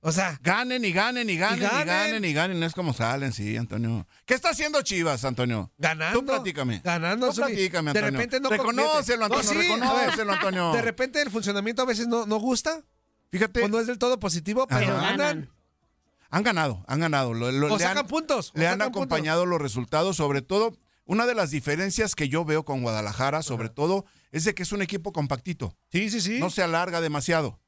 [SPEAKER 3] O sea.
[SPEAKER 6] Ganen y ganen y ganen y ganen y ganen, no es como salen, sí, Antonio. ¿Qué está haciendo Chivas, Antonio?
[SPEAKER 3] Ganando.
[SPEAKER 6] Tú platícame.
[SPEAKER 3] Ganando,
[SPEAKER 6] Tú
[SPEAKER 3] Zuli.
[SPEAKER 6] platícame,
[SPEAKER 3] De
[SPEAKER 6] Antonio.
[SPEAKER 3] repente no
[SPEAKER 6] Reconócelo,
[SPEAKER 3] convierte.
[SPEAKER 6] Antonio,
[SPEAKER 3] No, sí, a ver,
[SPEAKER 6] reconócelo, Antonio.
[SPEAKER 3] De repente el funcionamiento a veces no, no gusta.
[SPEAKER 6] Fíjate.
[SPEAKER 3] O no es del todo positivo, pero
[SPEAKER 6] Ajá.
[SPEAKER 3] ganan.
[SPEAKER 6] Han ganado, han ganado. Lo- lo-
[SPEAKER 3] O
[SPEAKER 6] le han-
[SPEAKER 3] sacan puntos. o
[SPEAKER 6] le han
[SPEAKER 3] sacan
[SPEAKER 6] acompañado los resultados, sobre todo, una de las diferencias que yo veo con Guadalajara, sobre todo, es de que es un equipo compactito.
[SPEAKER 3] Sí, sí, sí.
[SPEAKER 6] No se alarga demasiado.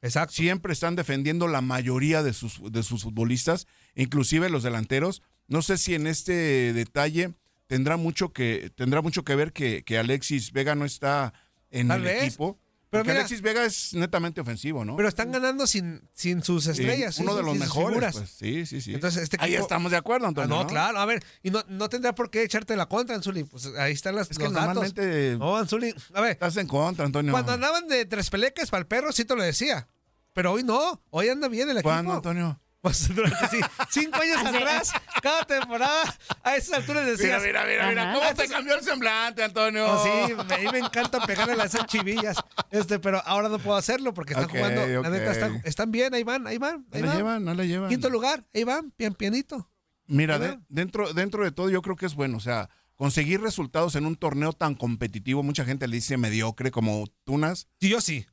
[SPEAKER 3] Exacto.
[SPEAKER 6] Siempre están defendiendo la mayoría de sus, de sus futbolistas, inclusive los delanteros. No sé si en este detalle tendrá mucho que, tendrá mucho que ver que, que Alexis Vega no está en
[SPEAKER 3] Tal
[SPEAKER 6] el
[SPEAKER 3] vez.
[SPEAKER 6] equipo.
[SPEAKER 3] Pero
[SPEAKER 6] porque
[SPEAKER 3] mira-
[SPEAKER 6] Alexis Vega es netamente ofensivo, ¿no?
[SPEAKER 3] Pero están ganando sin, sin sus
[SPEAKER 6] Sí,
[SPEAKER 3] estrellas.
[SPEAKER 6] uno
[SPEAKER 3] sí,
[SPEAKER 6] de
[SPEAKER 3] sí,
[SPEAKER 6] los
[SPEAKER 3] sin sus
[SPEAKER 6] mejores.
[SPEAKER 3] figuras.
[SPEAKER 6] pues, sí, sí, sí.
[SPEAKER 3] Entonces, este
[SPEAKER 6] Ahí
[SPEAKER 3] equipo-
[SPEAKER 6] estamos de acuerdo,
[SPEAKER 3] Ah,
[SPEAKER 6] Antonio.
[SPEAKER 3] no,
[SPEAKER 6] ¿no?
[SPEAKER 3] claro, a ver, y no, no tendrá por qué echarte la contra, Anzuli. Pues ahí están las,
[SPEAKER 6] Es que
[SPEAKER 3] los datos.
[SPEAKER 6] normalmente
[SPEAKER 3] No, Anzuli, a ver,
[SPEAKER 6] estás en contra, Antonio.
[SPEAKER 3] cuando andaban de tres peleques para el perro, sí te lo decía. Pero hoy no, hoy anda bien el equipo.
[SPEAKER 6] ¿Cuándo, Antonio?
[SPEAKER 3] Pues durante sí, cinco años atrás, cada temporada, a esas alturas
[SPEAKER 6] Mira,
[SPEAKER 3] decías.
[SPEAKER 6] mira, mira, mira,
[SPEAKER 3] "Ajá".
[SPEAKER 6] ¿cómo
[SPEAKER 3] Ah,
[SPEAKER 6] te cambió el semblante, Antonio?
[SPEAKER 3] Oh, sí, me- a mí me encanta pegarle a esas chivillas. Este, pero ahora no puedo hacerlo porque están
[SPEAKER 6] Ok,
[SPEAKER 3] jugando.
[SPEAKER 6] ok.
[SPEAKER 3] La neta, están, están bien, ahí van, ahí van. Ahí
[SPEAKER 6] No la
[SPEAKER 3] van.
[SPEAKER 6] llevan, no la llevan.
[SPEAKER 3] Quinto lugar, ahí van, pian pianito.
[SPEAKER 6] Mira,
[SPEAKER 3] ahí
[SPEAKER 6] de-
[SPEAKER 3] van.
[SPEAKER 6] dentro, dentro de todo yo creo que es bueno, o sea, conseguir resultados en un torneo tan competitivo, mucha gente le dice mediocre como Tunas.
[SPEAKER 3] Sí, yo sí.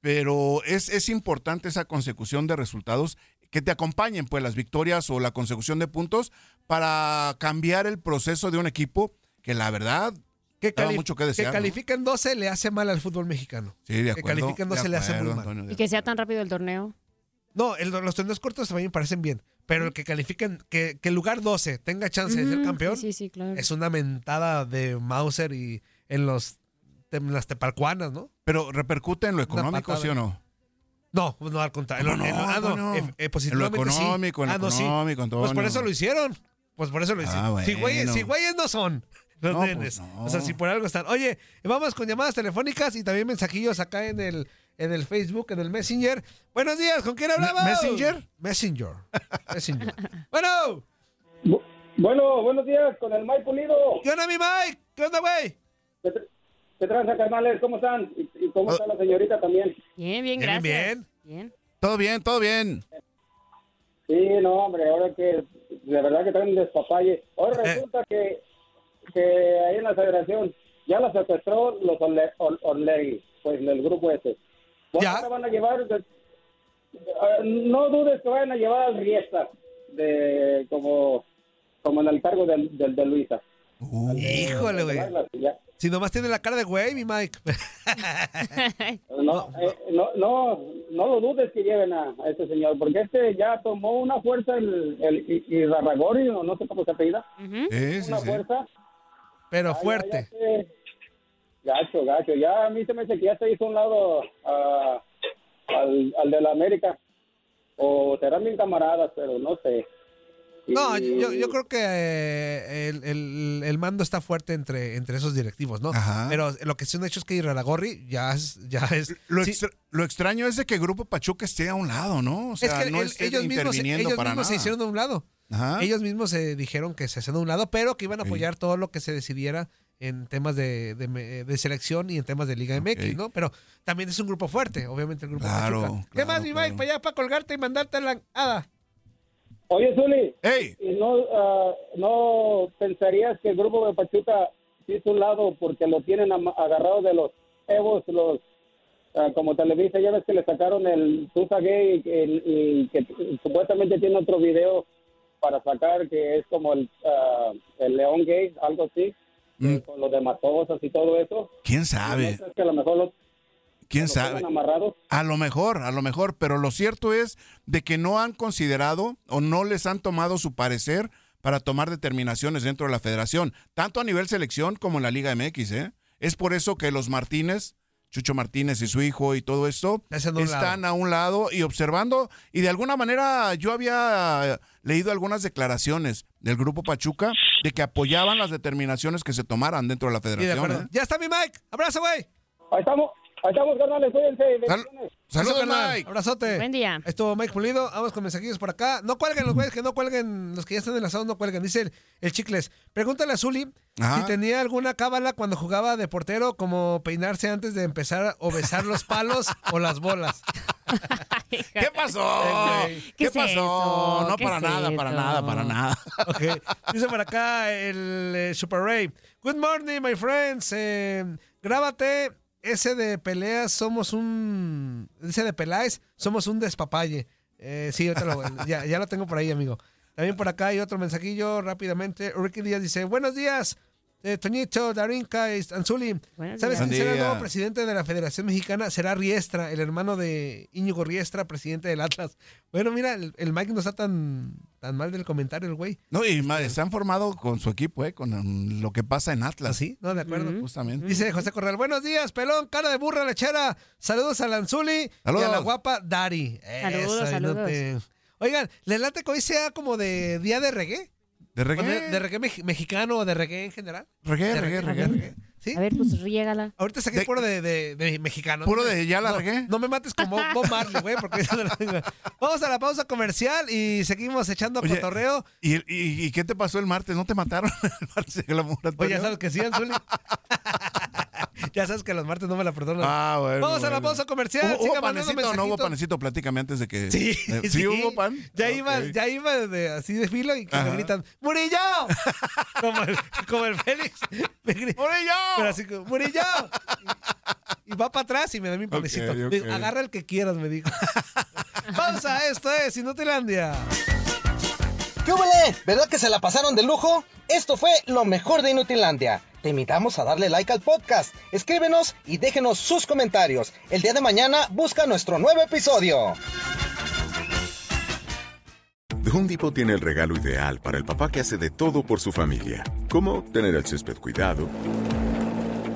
[SPEAKER 6] Pero es, es importante esa consecución de resultados que te acompañen, pues, las victorias o la consecución de puntos para cambiar el proceso de un equipo que la verdad
[SPEAKER 3] Que,
[SPEAKER 6] daba
[SPEAKER 3] cali-
[SPEAKER 6] mucho que desear.
[SPEAKER 3] que
[SPEAKER 6] ¿no?
[SPEAKER 3] califiquen 12 le hace mal al fútbol mexicano.
[SPEAKER 6] Sí, de
[SPEAKER 3] que
[SPEAKER 6] acuerdo.
[SPEAKER 3] califiquen
[SPEAKER 6] de
[SPEAKER 3] 12 le hace muy
[SPEAKER 6] acuerdo,
[SPEAKER 3] mal.
[SPEAKER 6] Antonio, de
[SPEAKER 5] Y que sea tan rápido el torneo.
[SPEAKER 3] No, el- los torneos cortos también me parecen bien, pero el que califiquen, que, que el lugar 12 tenga chance de ser
[SPEAKER 5] Ujú,
[SPEAKER 3] campeón,
[SPEAKER 5] Sí, sí, claro.
[SPEAKER 3] es una mentada de Mauser y en los en las tepalcuanas, ¿no?
[SPEAKER 6] Pero repercute en lo económico,
[SPEAKER 3] patada.
[SPEAKER 6] ¿sí o no?
[SPEAKER 3] No, pues no al contrario.
[SPEAKER 6] No, no,
[SPEAKER 3] en lo- ah, no,
[SPEAKER 6] Antonio.
[SPEAKER 3] eh, eh, positivamente
[SPEAKER 6] En lo
[SPEAKER 3] sí.
[SPEAKER 6] económico, en lo
[SPEAKER 3] Ah, no, sí.
[SPEAKER 6] económico, Antonio.
[SPEAKER 3] Pues por eso lo hicieron. Pues por eso lo
[SPEAKER 6] Ah,
[SPEAKER 3] hicieron. si,
[SPEAKER 6] bueno.
[SPEAKER 3] güeyes, si güeyes no son los
[SPEAKER 6] No, pues
[SPEAKER 3] nenes.
[SPEAKER 6] no.
[SPEAKER 3] O sea, si por algo están. Oye, vamos con llamadas telefónicas y también mensajillos acá en el, en el Facebook, en el Messenger. Buenos días, ¿con quién hablamos?
[SPEAKER 6] ¿Messenger?
[SPEAKER 3] Messenger. Messenger. bueno.
[SPEAKER 13] Bueno, buenos días con el Mike Pulido.
[SPEAKER 3] ¿Qué onda, mi Mike? ¿Qué onda, güey?
[SPEAKER 13] ¿Qué, tr- qué tranza, carnales? ¿Cómo están? ¿Y, y cómo
[SPEAKER 3] Ah.
[SPEAKER 13] está la señorita también?
[SPEAKER 5] Bien, bien,
[SPEAKER 3] Bien,
[SPEAKER 5] gracias.
[SPEAKER 3] bien.
[SPEAKER 5] Bien.
[SPEAKER 6] Todo bien, todo bien.
[SPEAKER 13] Sí, no, hombre, ahora que de verdad que traen un despapalle. Ahora
[SPEAKER 3] Eh.
[SPEAKER 13] resulta que, que ahí en la federación ya la secuestró los Orle- Or- Orlegui, pues del grupo ese. Bueno, ahora van a llevar, de- eh, no dudes que vayan a llevar al Riestra. de como, como en el cargo del, del de Luisa.
[SPEAKER 3] Híjole, güey.
[SPEAKER 13] Y ya.
[SPEAKER 3] Si nomás tiene la cara de güey, mi Mike.
[SPEAKER 13] No, eh, no, no, no lo dudes que lleven a, a este señor, porque este ya tomó una fuerza el, el I- Irarragorri, o no sé cómo se apellida.
[SPEAKER 3] Sí, sí,
[SPEAKER 13] una
[SPEAKER 3] sí.
[SPEAKER 13] fuerza.
[SPEAKER 3] Pero
[SPEAKER 13] Ay, ay,
[SPEAKER 3] fuerte.
[SPEAKER 13] ay, eh, Gacho, gacho. Ya a mí se me hace que ya se hizo a un lado ah, al, al de la América. O serán bien camaradas, pero no sé.
[SPEAKER 3] No,
[SPEAKER 13] Y-
[SPEAKER 3] yo, yo creo que eh, el, el- el mando está fuerte entre, entre esos directivos, ¿no? Pero lo que es un hecho es que Iraragorri ya es... Ya es
[SPEAKER 6] Lo,
[SPEAKER 3] sí,
[SPEAKER 6] extra- lo extraño es de que Grupo Pachuca esté a un lado, ¿no? O sea,
[SPEAKER 3] es que
[SPEAKER 6] no
[SPEAKER 3] el-
[SPEAKER 6] esté
[SPEAKER 3] ellos mismos, se-
[SPEAKER 6] interviniendo
[SPEAKER 3] ellos
[SPEAKER 6] para
[SPEAKER 3] mismos se
[SPEAKER 6] nada.
[SPEAKER 3] hicieron de un lado.
[SPEAKER 6] Ajá.
[SPEAKER 3] Ellos mismos se dijeron que se hacían de un lado, pero que iban a apoyar todo lo que se decidiera en temas de, de me- de selección y en temas de Liga MX, ¿no? Pero también es un grupo fuerte, obviamente el grupo
[SPEAKER 6] Claro,
[SPEAKER 3] Pachuca. ¿Qué más, mi Mike, para allá, para colgarte y mandarte a la hada?
[SPEAKER 13] Oye, Zuli. ¿y ¿No, ah, ¿No pensarías que el grupo de Pachuca se hizo un lado porque lo tienen ama- agarrado de los Evos, los ah, como Televisa, ya ves que le sacaron el Tusa Gay el- y que t- supuestamente tiene otro video para sacar que es como el, ah, el León Gay, algo así, eh,
[SPEAKER 6] Mm,
[SPEAKER 13] con los de Matosas y todo eso.
[SPEAKER 6] ¿Quién
[SPEAKER 13] ¿No
[SPEAKER 6] sabe?
[SPEAKER 13] crees que a lo mejor lo-
[SPEAKER 6] ¿Quién
[SPEAKER 13] lo tengan
[SPEAKER 6] sabe?
[SPEAKER 13] amarrado?
[SPEAKER 6] A lo mejor, a lo mejor, pero lo cierto es de que no han considerado o no les han tomado su parecer para tomar determinaciones dentro de la federación, tanto a nivel selección como en la Liga MX. ¿eh? Es por eso que los Martínez, Chucho Martínez y su hijo y todo esto,
[SPEAKER 3] haciendo un lado.
[SPEAKER 6] están a un lado y observando. Y de alguna manera yo había leído algunas declaraciones del grupo Pachuca de que apoyaban las determinaciones que se tomaran dentro de la
[SPEAKER 3] Sí, de
[SPEAKER 6] federación.
[SPEAKER 3] acuerdo.
[SPEAKER 6] ¿eh?
[SPEAKER 3] Ya está mi Mike. Abrazo, güey.
[SPEAKER 13] Ahí estamos, ahí estamos, carnales, cuídense.
[SPEAKER 6] Sal-
[SPEAKER 3] Saludos,
[SPEAKER 6] Saludos,
[SPEAKER 3] carnal.
[SPEAKER 6] Mike.
[SPEAKER 3] Abrazote. Buen
[SPEAKER 5] día.
[SPEAKER 3] Estuvo Mike Pulido. Vamos con mensajitos por acá. No cuelguen los güeyes, que no cuelguen. Los que ya están enlazados no cuelguen. Dice el, el Chicles. Pregúntale a Zuli
[SPEAKER 6] Ajá.
[SPEAKER 3] si tenía alguna cábala cuando jugaba de portero, como peinarse antes de empezar o besar los palos o las bolas.
[SPEAKER 6] ¿Qué pasó? ¿Qué, pasó? No, para nada, para nada, para nada.
[SPEAKER 3] Ok. Dice por acá el eh, Super Ray. Good morning, my friends. Eh, grábate ese de peleas, somos un. Ese de peláis, somos un despapalle. Eh, sí, ahorita lo- ya, ya lo tengo por ahí, amigo. También por acá hay otro mensajillo rápidamente. Ricky Díaz dice: Buenos días. eh, Toñito, Darinka y Anzuli.
[SPEAKER 5] Buenos
[SPEAKER 3] ¿Sabes
[SPEAKER 5] días.
[SPEAKER 3] quién será el
[SPEAKER 5] Buen
[SPEAKER 3] nuevo
[SPEAKER 5] día.
[SPEAKER 3] presidente de la Federación Mexicana? Será Riestra, el hermano de Íñigo Riestra, presidente del Atlas. Bueno, mira, el, el Mike no está tan, tan mal del comentario, el güey.
[SPEAKER 6] No, y ma- se han formado con su equipo, eh, con um, lo que pasa en Atlas.
[SPEAKER 3] Sí, no, de acuerdo.
[SPEAKER 6] Justamente.
[SPEAKER 3] Dice José Corral, buenos días, pelón, cara de burra lechera. Saludos a Lanzuli y a la
[SPEAKER 6] Saludos.
[SPEAKER 3] guapa Dari.
[SPEAKER 5] Saludos,
[SPEAKER 3] Eso,
[SPEAKER 5] saludos.
[SPEAKER 3] te- Oigan, ¿les late que hoy sea como de día de reggae?
[SPEAKER 6] ¿De reggae?
[SPEAKER 3] ¿O ¿De, de reggae meji- mexicano o de reggae en general?
[SPEAKER 6] Reggae,
[SPEAKER 3] ¿De
[SPEAKER 6] reggae,
[SPEAKER 3] reggae,
[SPEAKER 6] reggae, reggae.
[SPEAKER 3] ¿Sí?
[SPEAKER 5] A ver, pues riégala.
[SPEAKER 3] Ahorita saqué puro de, de- de mexicano.
[SPEAKER 6] ¿Puro
[SPEAKER 3] No me-
[SPEAKER 6] de ya la
[SPEAKER 3] no,
[SPEAKER 6] regué?
[SPEAKER 3] No me mates como Bob Marley, güey, porque... Vamos a la pausa comercial y seguimos echando
[SPEAKER 6] Oye,
[SPEAKER 3] cotorreo.
[SPEAKER 6] ¿Y, y, y qué te pasó el martes? ¿No te mataron el martes de glamour,
[SPEAKER 3] Oye, ya
[SPEAKER 6] Antonio?
[SPEAKER 3] sabes que sí, Anzuli. ya sabes que los martes no me la perdonan.
[SPEAKER 6] Ah, bueno,
[SPEAKER 3] Vamos a la
[SPEAKER 6] bueno.
[SPEAKER 3] pausa comercial.
[SPEAKER 6] ¿Hubo, hubo
[SPEAKER 3] siga mandando
[SPEAKER 6] panecito o no hubo
[SPEAKER 3] mensajitos.
[SPEAKER 6] panecito? Platícame antes de que...
[SPEAKER 3] Sí,
[SPEAKER 6] eh,
[SPEAKER 3] sí,
[SPEAKER 6] hubo pan?
[SPEAKER 3] Ya iba,
[SPEAKER 6] Ok.
[SPEAKER 3] ya iba de- así de filo y que me
[SPEAKER 6] Ajá.
[SPEAKER 3] gritan, ¡Murillo! como, el, como el Félix. Me gri- Pero así como, ¡Murillo! Y, y va para atrás y me da mi panecito.
[SPEAKER 4] ok.
[SPEAKER 3] Digo, Agarra el que quieras, me dijo. Pausa, esto es Inutilandia.
[SPEAKER 14] ¿Qué hubole? ¿Verdad que se la pasaron de lujo? Esto fue lo mejor de Inutilandia. Te invitamos a darle like al podcast, escríbenos y déjenos sus comentarios. El día de mañana busca nuestro nuevo episodio.
[SPEAKER 15] The Home Depot tiene el regalo ideal para el papá que hace de todo por su familia, como tener el césped cuidado